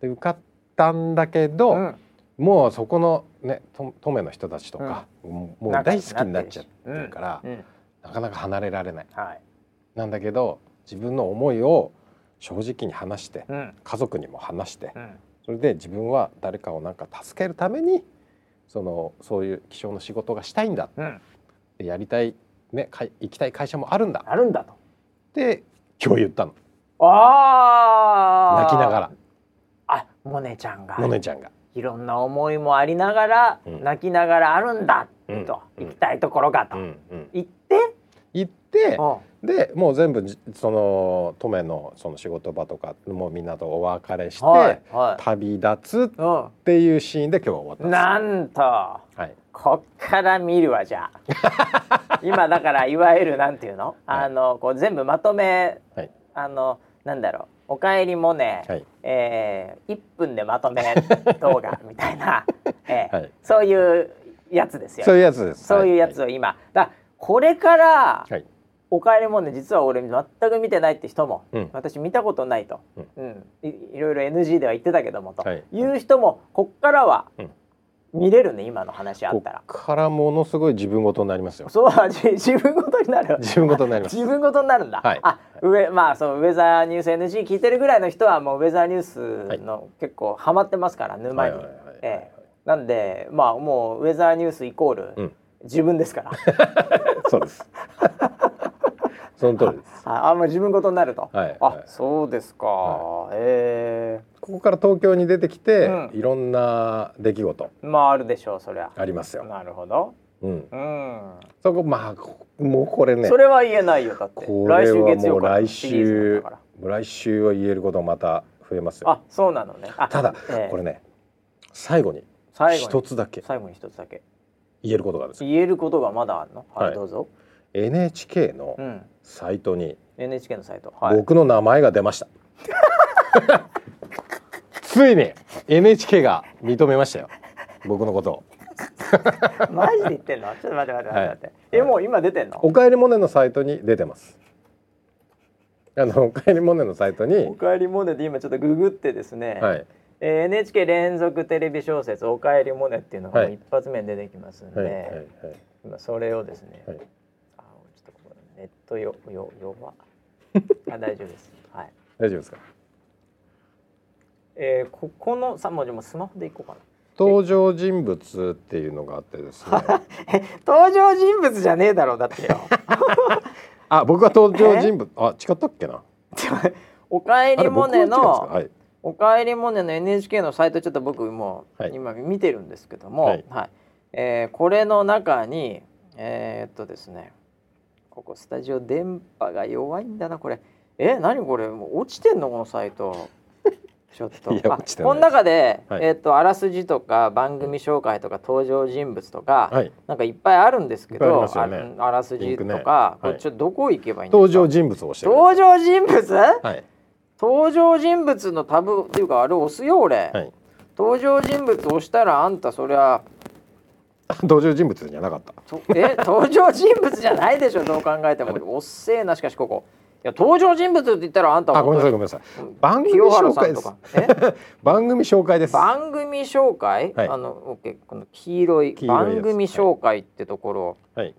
で受かったんだけど、あもうそこのねと登米の人たちとか、もうもう大好きになっちゃってるから、うん、なかなか離れられない。はい、なんだけど自分の思いを正直に話してうん家族にも話してうん、それで自分は誰かをなんか助けるためにそのそういう気象の仕事がしたいんだうん、でやりたい、ね、かい行きたい会社もあるんだあるんだとって今日言ったのああ泣きながらあモネちゃんがのねちゃんが。いろんな思いもありながら、うん泣きながらあるんだ、うんとうん行きたいところがと、うんうん、行って、行ってうんでもう全部じその登米のその仕事場とかもうみんなとお別れして、はいは旅立つい、うっていうシーンで今日は終わん、ったんでなんとす。はい、こっから見るわじゃ あ今だからいわゆるなんていうの、はいあのこう全部まとめはいあのなんだろう「おかえりモネ、はいえー、1分でまとめ動画」みたい な、えーはいそういうやつですよそういうやつです。そういうやつを今、だこれから、はいおかえりモネ」実は俺全く見てないって人も、うん私見たことないと、うんいいろいろ NG では言ってたけどもと、はいいう人もこっからはうん見れるね今の話あこっったら。からものすごい自分事になりますよ。そうじ自分ごとになる自分事になります。自分ごとになるんだ、はいあ上まあそのウェザーニュース NG 聞いてるぐらいの人はもうウェザーニュースの結構ハマってますから沼に、はいはいはいはいええなんでまあもうウェザーニュースイコール、うん自分ですからそうです。その通りです。ああんまり自分ごとになると、はいあはいそうですか、はえここから東京に出てきて、うんいろんな出来事えまああるでしょうそりゃありますよ。なるほどうん。うん、そこまあこもうこれね。それは言えないよだってこれはもうから来シリーズなん週だから来週は言えることまた増えますよ。あそうなのねあただ、ええこれね最後に最後一につだけ最後に一つだけ言えることがあるんですよ。言えることがまだあるのはい、はいどうぞ、 NHK のうん、サイトに NHK のサイトはい僕の名前が出ました。ついに NHK が認めましたよ僕のことを。マジで言ってんのちょっと待って待って待って待って、はいえもう今出てんのおかえりモネのサイトに出てます。あのおかえりモネのサイトおに、かえりモネで今ちょっとググってですね、はい、えー NHK 連続テレビ小説「おかえりモネ」っていうのがもうはい一発目に出てきますんで、はい、はい、はい、今それをですね、はいあちょっとここネットよよ弱あ大丈夫 ですはい大丈夫ですか。えー、ここのさもうじゃあもうスマホでいこうかな登場人物っていうのがあってですね。登場人物じゃねえだろうだってよあ、僕は登場人物、あ、違ったっけな。 おかえありれ、モ僕は違ネうんですか。のはい。おかえりモネの NHK のサイトちょっと僕もうはい今見てるんですけども、ははいいえーこれの中にえーっとですねここスタジオ電波が弱いんだなこれえ何これもう落ちてんのこのサイ トちょっといやあ落ちてないこの中で、はいえーっとあらすじとか番組紹介とか登場人物とか、はい。なんかいっぱいあるんですけいっぱいありどますよねああらすじとか、リンクねこれはいちょっとどこ行けばいいんですか登場人物をしてる。登場人物、はい。登場人物のタブっていうかあれ押すよ俺、はい。 登場人物押したらあんたそりゃ登場人物じゃなかった。 とえ登場人物じゃないでしょどう考えてもおっせえなしかしここいや登場人物って言ったらあんたあ、ごめんなさい、ごめんなさい。番組清原紹さん介とでかす。え番組紹介です。は番組紹介、はいあのオッケーこの黄色い黄色いやつ番組紹介ってところい。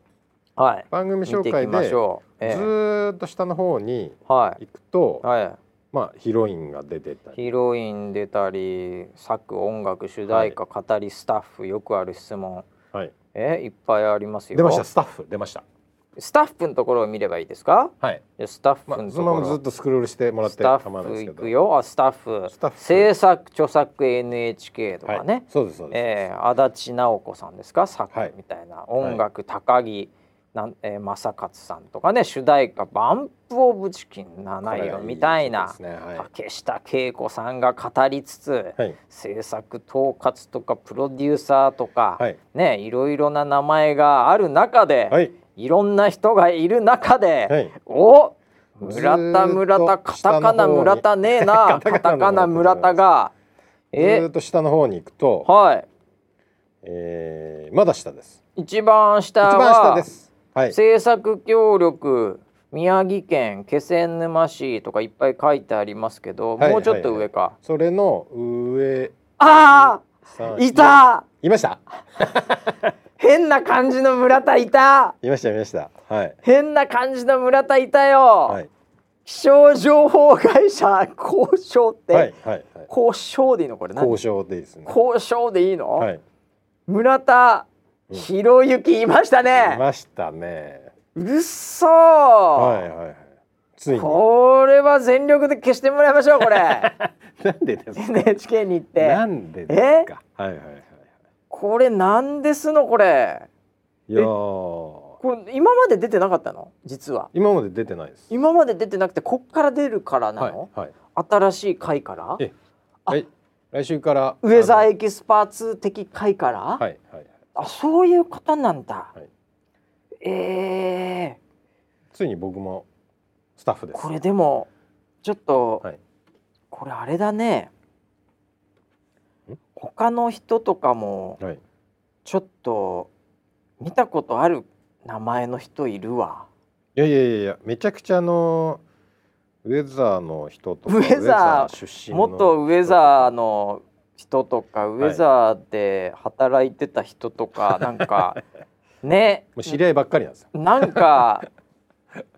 はい、番組見紹ていき介ましで。ょう、ええずーっと下の方にはい行くと、はいまあ、ヒロインが出てたり。ヒロイン出たり作音楽主題歌、語りスタッフよくある質問はい。えいっぱいありますよ出ました。スタッフ出ました。スタッフのところを見ればいいですかはい、じゃあスタッフまのあ、とこそろ、のままずっとスクロールしてもらっスてタ構わないッフですけ行どくよあスタッフスタッフ制作著作 NHK とはかい、ね、そうですそうです、えー、足立直子さんですか作、はいみたいな音楽高木なん、えー、正勝さんとかね主題歌「バンプ・オブ・チキン7よ」みたいなこれがいいですねはい竹下恵子さんが語りつつ、はい制作統括とかプロデューサーとか、はいねいろいろな名前がある中で、はいいろんな人がいる中で、はいおず村ーっ田と村田カタカナ下の方に村田ねえなカ カタタカカナナ村村田田がずーえっと下の方に行くと、はいえー、まだ下です一番下一は番下ですはい制作協力宮城県気仙沼市とかいっぱい書いてありますけど、はいもうちょっと上か、それの上あさあんいたいました変な感じの村田いたいましたいましたはい変な感じの村田いたよ、はい気象情報会社交渉って、はいはいはい交渉でいいのこれ何交渉でいいですね交渉でいいの、はい村田博之いましたいね、ましたねうっそー、はいはいはいついにこれは全力で消してもらいましょうこ れなんでですか NHK に行ってなんでですかはいはいはいはいこれなんですのこれいやーこれ今まで出てなかったの実は今まで出てないです今まで出てなくてこっから出るからなの、はいはい新しい回からえはい来週からウェザあーのエキスパーツ的回から、はいはいはいあそういうことなんだ、はいえついに僕もスタッフでー、すこれでもちょっと、はいこれあれだねん他の人とかもはいちょっと見たことある名前の人いるわいやいやいやいやめちゃくちゃあのウェザーの人とかウェザー出身の元ウェザーの人とかウェザーで働いてた人とか、 なんかねもう知り合いばっかりなんですよなんか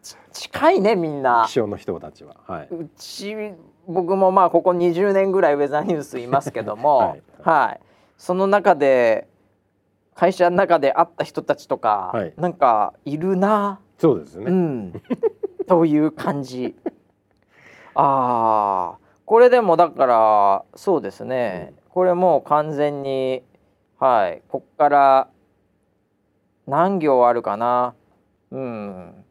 ち 近いねみんな気。象の人たちははいうち僕もまあここ20年ぐらいウェザーニュースいますけども はいはいその中で会社の中で会った人たちとか、はいなんかいるな、そうですうね んという感じあーこれでもだからそうですね、これもう完全にはいこっから何行あるかなうん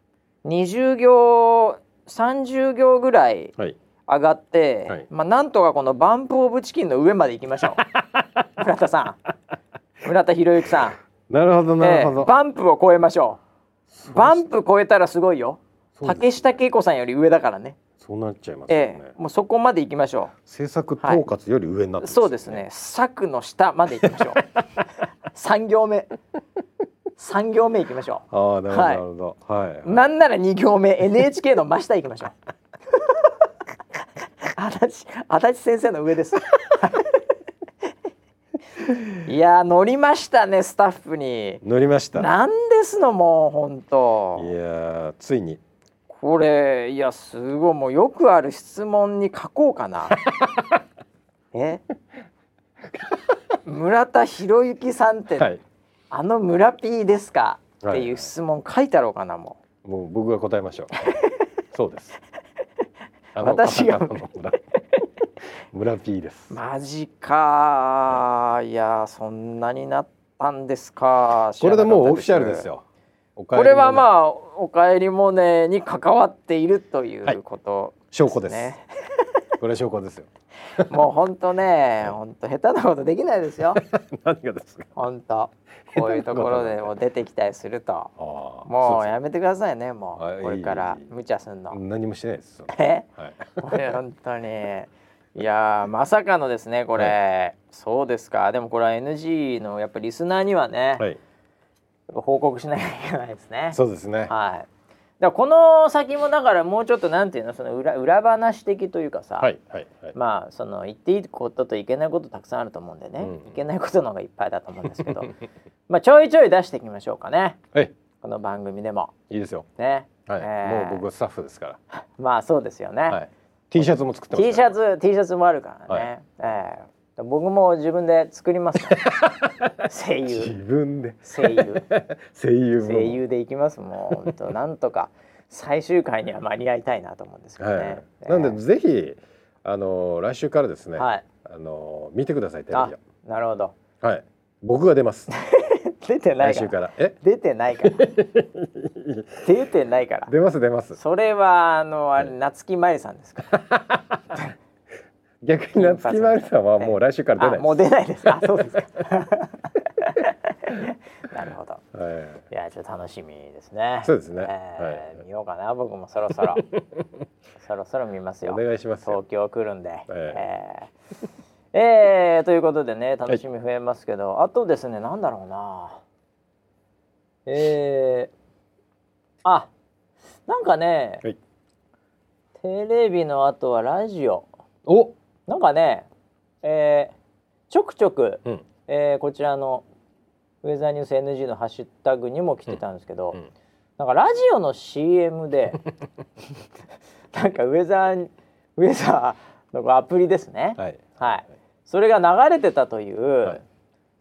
20行30行ぐらいはい上がって、はいまあなんとかこのバンプオブチキンの上まで行きま しょう村田さん村田博之さなるほどん、なるほええどバンプを超えましょうバンプ超えたらすごいよそうで竹す下恵子さんより上だからねそうなっちゃいますよえねえもうそこまで行きましょ制作統括より上になうってますそうですね柵の下まで行き ましょう3行目3行目行きましょああなるほどはないるほどはいはいうなんなら2行目 NHK の真下行きましょう 足立足立先生の上ですいやー乗りましたねスタッフに乗りましたいやなんですのもうほんとーついにこれいやすごいもうよくある質問に書こうか なえ村田博之さんって、はいあの村 P ですかっはていいはうい質問書いたろうかなももう僕が答え ましょうそうですあの私がカタカナの村村 P ですうマジかいやそんなになったんですかこれでもうオフィシャルですよよお帰りこれはもねまあ「おかえりモネ」に関わっているということ証拠でですす、ね、これは証拠ですよもうほんとねほんと下手なことできないですよ 何がですか本当こういうところでもう出てきたりするとああもそううやめてくださいねもはういこれから無茶すんその。う何もしてないですよえはい これ本当にいやーまさかのですねこれ、そうですかでもこれは NG のやっぱリスナーにはね、はい報告しなきゃいけないですね。そうですねははいだからこの先もだからもうちょっとなんていうのその裏裏話的というかさ、いはいはいまあその言っていいことといけないことたくさんあると思うんでね、うんいけないことの方がいっぱいだと思うんです けどまあちょいちょい出していきましょうかねはいこの番組でもいいですよね、はい、えーもう僕はスタッフですかまあそうですよね、らはい T シャツも作ってます T シからャツ T シャツもあるからね、え僕も自分で作り ますから声自優分で 声優声優部門声優でいきますもう本 当なんとか最終回には間に合いたいなと思うんですけどね、はねい、なんでぜひあの来週からですね、はいあの見てくださいテレあビをなるほど はい僕が出ます出てないか来週らからえ出てない から出てないから出ます出ますそれはあのあれは夏木まりさんですか逆に夏木マリさんはもう来週から出ないあもう出ないですかあそうですか なるほどはいやちょっと楽しみですねそうですねえーはい見ようかな僕もそろ そろそろそろ見ますい、およ願いします東よ京来るんで、ええーえーということでね楽しみ増えますけど、あとですねなんだろうなえー、あなんかね、はいテレビの後はラジオおなんかね、えー、ちょくちょく、うんえーこちらのウェザーニュース NG のハッシュタグにも来てたんですけど、うんうんなんかラジオの CM で なんかウェザーウェザーのこうアプリですね、はいはいそれが流れてたという、はい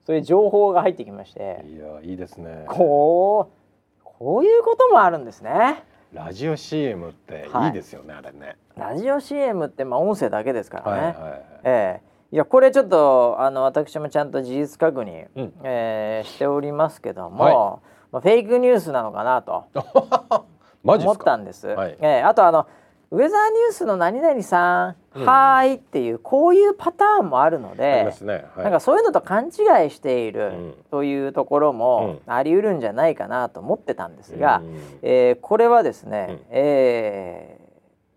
そういう情報が入ってきましていやいいですねこうこういうこともあるんですね。ラジオ CM ってはいいいですよね、あれねラジオ CM ってまあ音声だけですからはいね。はいはいええいやこれちょっとあの私もちゃんと事実確認、うん えーしておりますけども、はいまあ、フェイクニュースなのかなとマジ思っっすたかんです。はいええあとあのウェザーニュースの何々さん、うんはーいっていうこういうパターンもあるのありでま、すねはいなんかそういうのと勘違いしている、うんというところもあり得るんじゃないかなと思ってたんですが、うんえーこれはですね、うんえー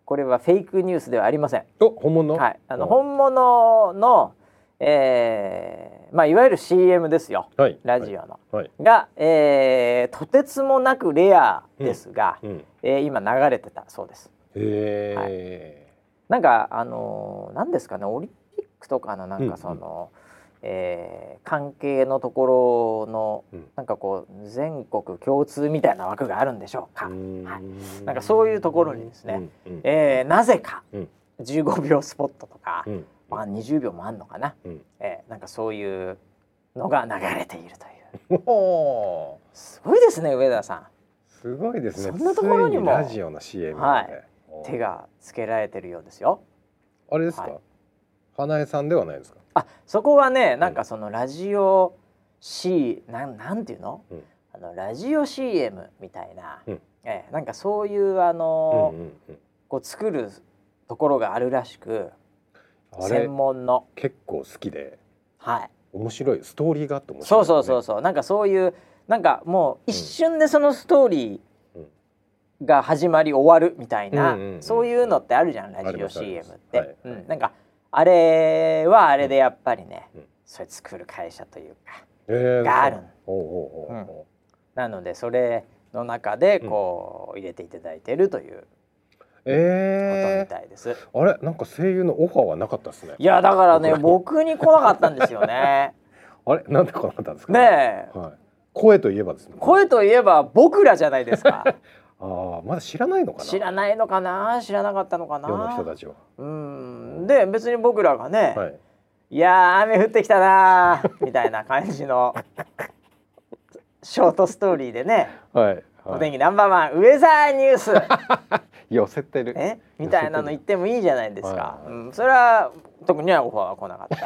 これはフェイクニュースではありません。お本物はい、あのお本物の、えーまあ、いわゆる CM ですよはいラジオの、はいが、えーとてつもなくレアですが、うんえへー今流れてたそうですえなんかあのーなんですかねオリンピックとかのなんうんうかんその、えー関係のところのうんなんかこう全国共通みたいな枠があるんでしょうか、はいいなんかそういうところにですね、うんうんえーなぜかうん15秒スポットとか、うんまあ、20秒もあんのかな、うんえーなんかそういうのが流れているというおーすごいですね上田さすごいですねそんなところにもついラジオの CM なんてはおんー手がつけられてるようですよあれですか、はい花江さんではないですかあそこはねなんかそのラジオ C なんなんていうの,、うんあのラジオ CM みたいな、うんえーなんかそういうあうのー、んうんこう作るところがあるらしくうんあれ専門の結構好きではい面白いストーリーがあって面白い、そうそうそうそうなんかそういうなんかもう一瞬でそのストーリうんーが始まり終わるみたいな、うんうんうんそういうのってあるじゃんあラりジオますあり CM まっすて、はいうん、なんかあれはあれでやっぱりね、うんそれ作る会社というかえーがあるそうおうおうおうおうなのでそれの中でこう入れていただいてるというこえとみーたいです、あれなんか声優のオファーはなかったですねいやだからね僕に来なかったんですよ ねあれなんで来なかったんですかねえはい、声といえばですね声といえば僕らじゃないです かああまだ知らないのかな知らないのかな知らなかったのかな世の人たちはうんで別に僕らがね、、はいいやー雨降ってきたなーみたいな感じ のショートストーリーでね、はい、お天気気ナンバーワンウェザーニュース寄せてるえみたいなの言ってもいいじゃないですか、はいうん、それは特にはオファーは来なかっ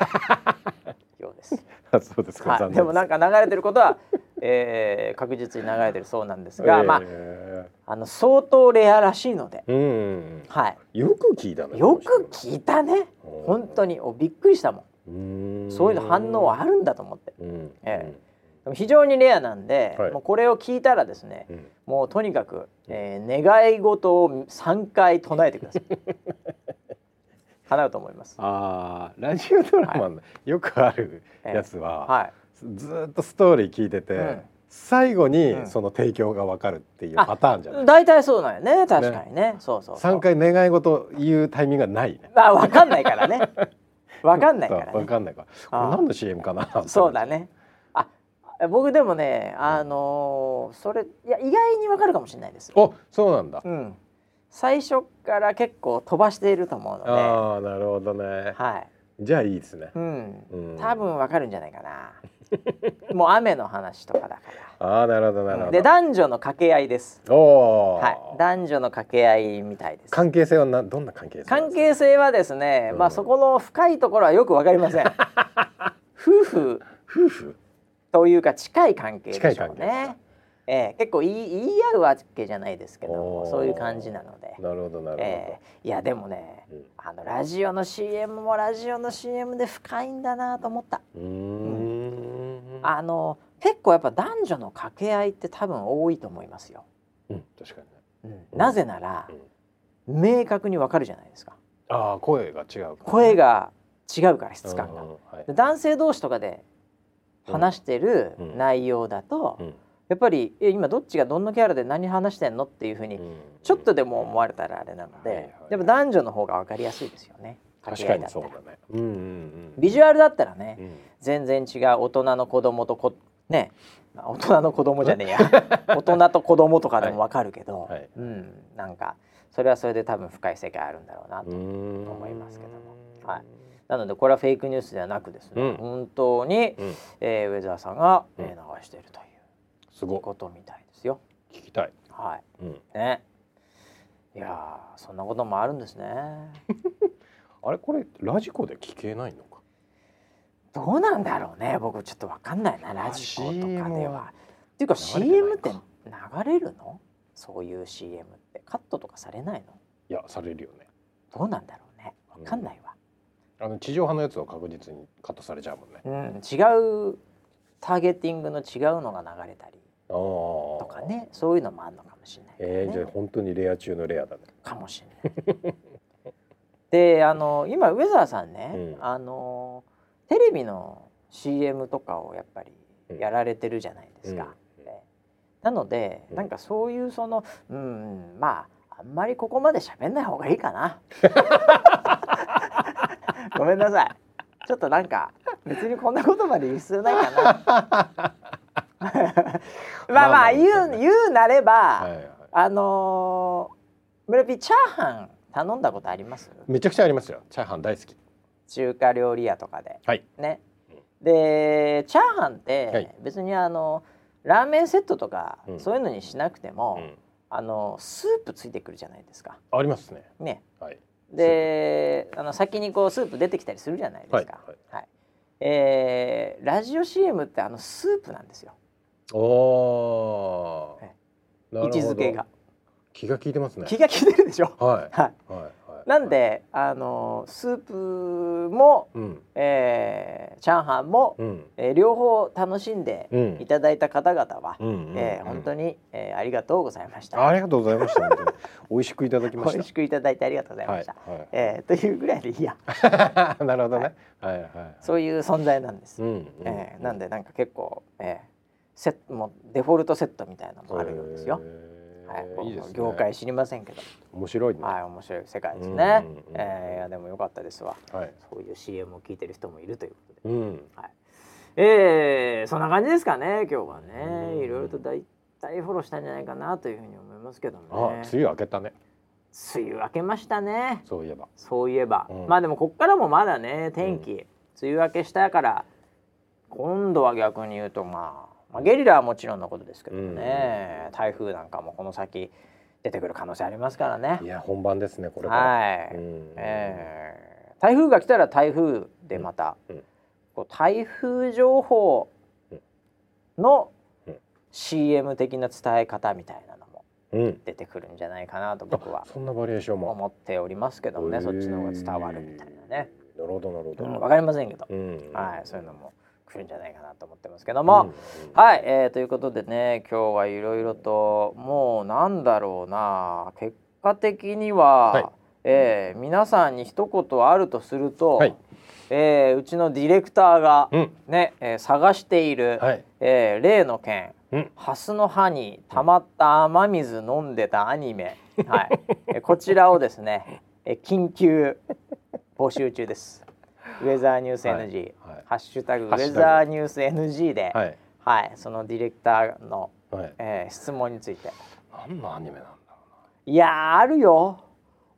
た ようです、あそうですか、はい、でもなんかか流れてることは、えー確実に流れてるそうなんですが、まえああの相当レアらしいので、ーうんうんはうんよく聞いたねい、よく聞いたね本当ににおびっくりしたもんそういう反応はあるんだと思ってうんえでも非常にレアなんで、はいもうこれを聞いたらですねえうんもうとにかく、えー願い事を3回唱えてくだ さい叶うと思いますあーラジオドラマのよくあるやつは、はずーっとストーリー聞いてて、うん最後にうんその提供がわかるっていうパターンじゃないい大体そうなんよね確かにねそうそうそう三回願い事言うタイミングがないね。あ分かんない からね分かんないからそうわねかんないから。これあー何の CM かな。そうだ。ねあ僕でもねあのーそれいや意外に分かるかもしれないですお、そうなんだ。うん最初から結構飛ばしていると思うのでああ、なるほどね。はい。じゃあいいですね。うんうん多分わかるんじゃないかな もう雨の話とかだかああなるほどなるほらど。で男女の掛け合いですおお、はい男女の掛け合いみたいです関係性はなどんな関係性なん関です係性はですね、うんまあそこの深いところはよくわかりません 夫婦か夫婦というか近い関係でしょうね近い関係ですかええ結構言い言い合うわけじゃないですけどもおーそういう感じなので、なるほどなるほど、ええいやでもね、うんあのラジオの CM もラジオの CM で深いんだなと思った、うーんあの結構やっぱ男女の掛け合いって多分多いと思いますよ、うん確かにねなぜならうん、明確にわかるじゃないですかああ声が違うから声が違うから質感がうん、うんはいで男性同士とかで話してるうん内容だと、うんやっぱり「え今どっちがどんなキャラで何話してんの?」っていうふうにうんちょっとでも思われたらあれなので、はいはいやっぱ男女の方が分かりやすいですよね確掛け合かいだにったそうらだねうんうんうんビジュアルだったらね、うん全然違う大人の子供とこねまあ大人の子供じゃねえ や大人と子供とかでも分かるけど、はいはいうん、なんかそれはそれで多分深い世界あるんだろうなと、うーん思いますけどもはいなのでこれはフェイクニュースではなくですね、うん本当に、うんえーウェザーさんが、えーうん流しているといすごいうことみたいですよ。聞きたいはうんいね、いやーそんなこともあるん ですね。あれこれラジコで聞けないのかどうなんだろうね僕ちょっとわかんないなまあラジコとかで CM は。っていうか流れてない CM ってか流れるのそういう CM ってカットとかされないのいやされるよねどうなんだろうねわかんないわ。あの地上波のやつは確実にカットされちゃうもんねうん、違うターゲティングの違うのが流れたりととかねそういうのもあるのかもしれないけどね、えー、じゃあ本当にレア中のレアだねかもしれない。 であの今ウェザーさんね、うんあのテレビの CM とかをやっぱりやられてるじゃないですか。うんねなので、うんなんかそういうそのうんまああんまりここまで喋んない方がいいかな。 ごめんなさい。ちょっとなんか別にこんなことまで言う必要ないかな。 まあまあ言う言うなれば。はいはいあのー、村ピーチャーハン頼んだことありますめちゃくちゃありますよチャーハン大好き中華料理屋とかではいねでチャーハンっはいて別にあのラーメンセットとかうんそういうのにしなくても、うんあのスープついてくるじゃないですかありますねねはいであの先にこうスープ出てきたりするじゃないですかはいはいえーラジオ CM ってあのスープなんですよおおはいー、位なるほ置どづけが気が利いてますね気が利いてるでしょははいいはいはいなんであのスープもうんえー、チャーハンも、うんえー両方楽しんでうんいただいた方々は、うんうんえー本当に、えーありがとうございました。ありがとうございました本当に美味しくいただきました 美味しくいただいてありがとうございました。はいはいえーというぐらいでいいや、 なるほどね。はいはい。そういう存在なんです。うんうん。えーなんでなんか結構、えーセットもうデフォルトセットみたいなのもあるようですよ。へはいー僕いいですね。業界知りませんけど、面白いね。はい面白い世界ですねうんうんうん。えーいやでも良かったですわ。はい。そういう CM を聞いてる人もいるということで。うん。えー、そんな感じですかね今日はうんねいろいろと大体フォローしたんじゃないかなというふうに思いますけどあ、梅もね雨明けたね。梅雨明けましたねそういえば。そういえば、うんまあでもこっからもまだね天気、う梅雨明けしたから今度は逆に言うとまあ、まあ、ゲリラはもちろんのことですけどね、台風なんかもこの先出てくる可能性ありますからねいや本番ですねこれから。はい、うんえー台風が来たら台風でまた、うんうんこう台風情報のうん CM 的な伝え方みたいなのもうん。出てくるんじゃないかなとあ僕はそんなバリエーションも。思っておりますけどもね、へーそっちの方が伝わるみたいなね、。なるほどなるほうど。ん、分かりませんけど、うん。はい、そういうのも来るんじゃないかなと思ってますけども。はい、えーということでね今日はいろいろともうなんだろうな結果的には、はいえー皆さんに一言あるとすると、はいえーうちのディレクターが、うん。うん。ねえー探している、はい。えー例の件うん。ハスの葉に溜まった雨水飲んでたアニメ、はい、えーこちらをですね、えー緊急募集中 です。ウェザーニュース NG、はいはいハッシュタグウハッシェュタグザーニュース NG で、はい。はい、そのディレクターの、はい。えー質問について。何のアニメなんだろいやーあるよ。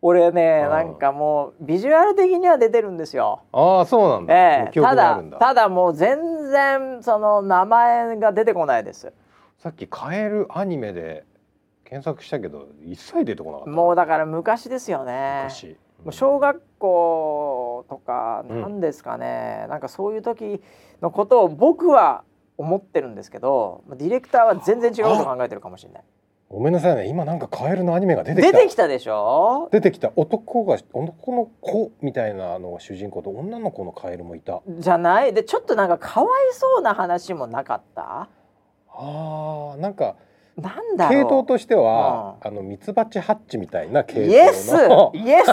俺ねうんなんかもうビジュアル的には出てるんですよ。ああそうなんだ、えもうえ記た憶にあだるんだただもう全然その名前が出てこないです。さっき「カエルアニメ」で検索したけど一切出てこなかったもうだだから昔ですよね。昔もう小学校とかなんですかね、なんかそういう時のことを僕は思ってるんですけどディレクターは全然違うこと考えてるかもしれないごめんなさいね今なんかカエルのアニメが出てき出たてきたでしょ出てきた男が男の子みたいなのが主人公と女の子のカエルもいたじゃないでちょっとなんかかわいそうな話もなかったあーなんかなんだろう系統としてはあのミツバチハッチみたいな系イエス統のイエス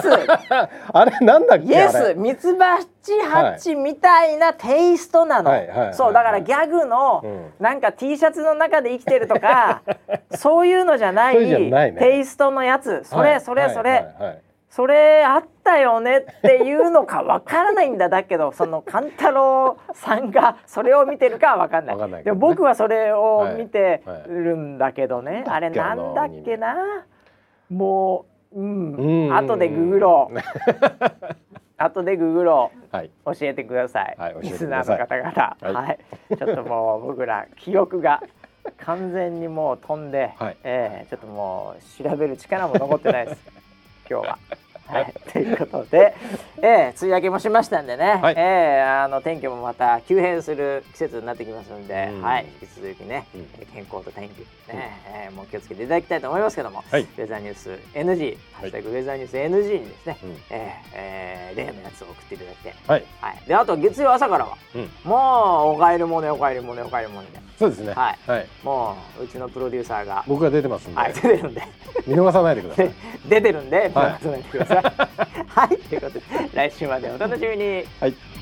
あれなんだっけイエあスれミツバチハッチみたいなテイストなの、はいはいはいそうだからギャグの、うんなんか T シャツの中で生きてると かそういうのじゃないそういうじゃないねテイストのやつそれ、はいそれ、はいそれ、はいはいそれあったよねっていうのかわからないんだだけどその勘太郎さんがそれを見てるかはわかんないわかんないけでどもね僕はそれを見てはいはいるんだけどね、あれななんんだだっっけけなもううん、うんうん後でググろ う後でググろうはい教えてください。はい教えてリくスだナーさのい方々、はいはい、ちょっともう僕ら記憶が完全にもう飛んで、はいえーちょっともう調べる力も残ってない です。今日は。はい、ということで、えー、梅雨明けもしましたんでね、はいえーあの天気もまた急変する季節になってきますんで、うんはい、引き続きね、うん健康と天気、ねえーもう気をつけていただきたいと思いますけども、はウいェザーニュース NG、ハッシュタグウェザーニュース NG にですね、うんえーえー例のやつを送っていただいて、はいはい、であと月曜朝からはうんもうおかえりもねおかえりもねおかえりもねでそうですねはいはいもううちのプロデューサーが、僕が出てますんではい、出てるんで 見逃さないでください出てるんでは い集めてください。はい、ということで来週までお楽しみに。はい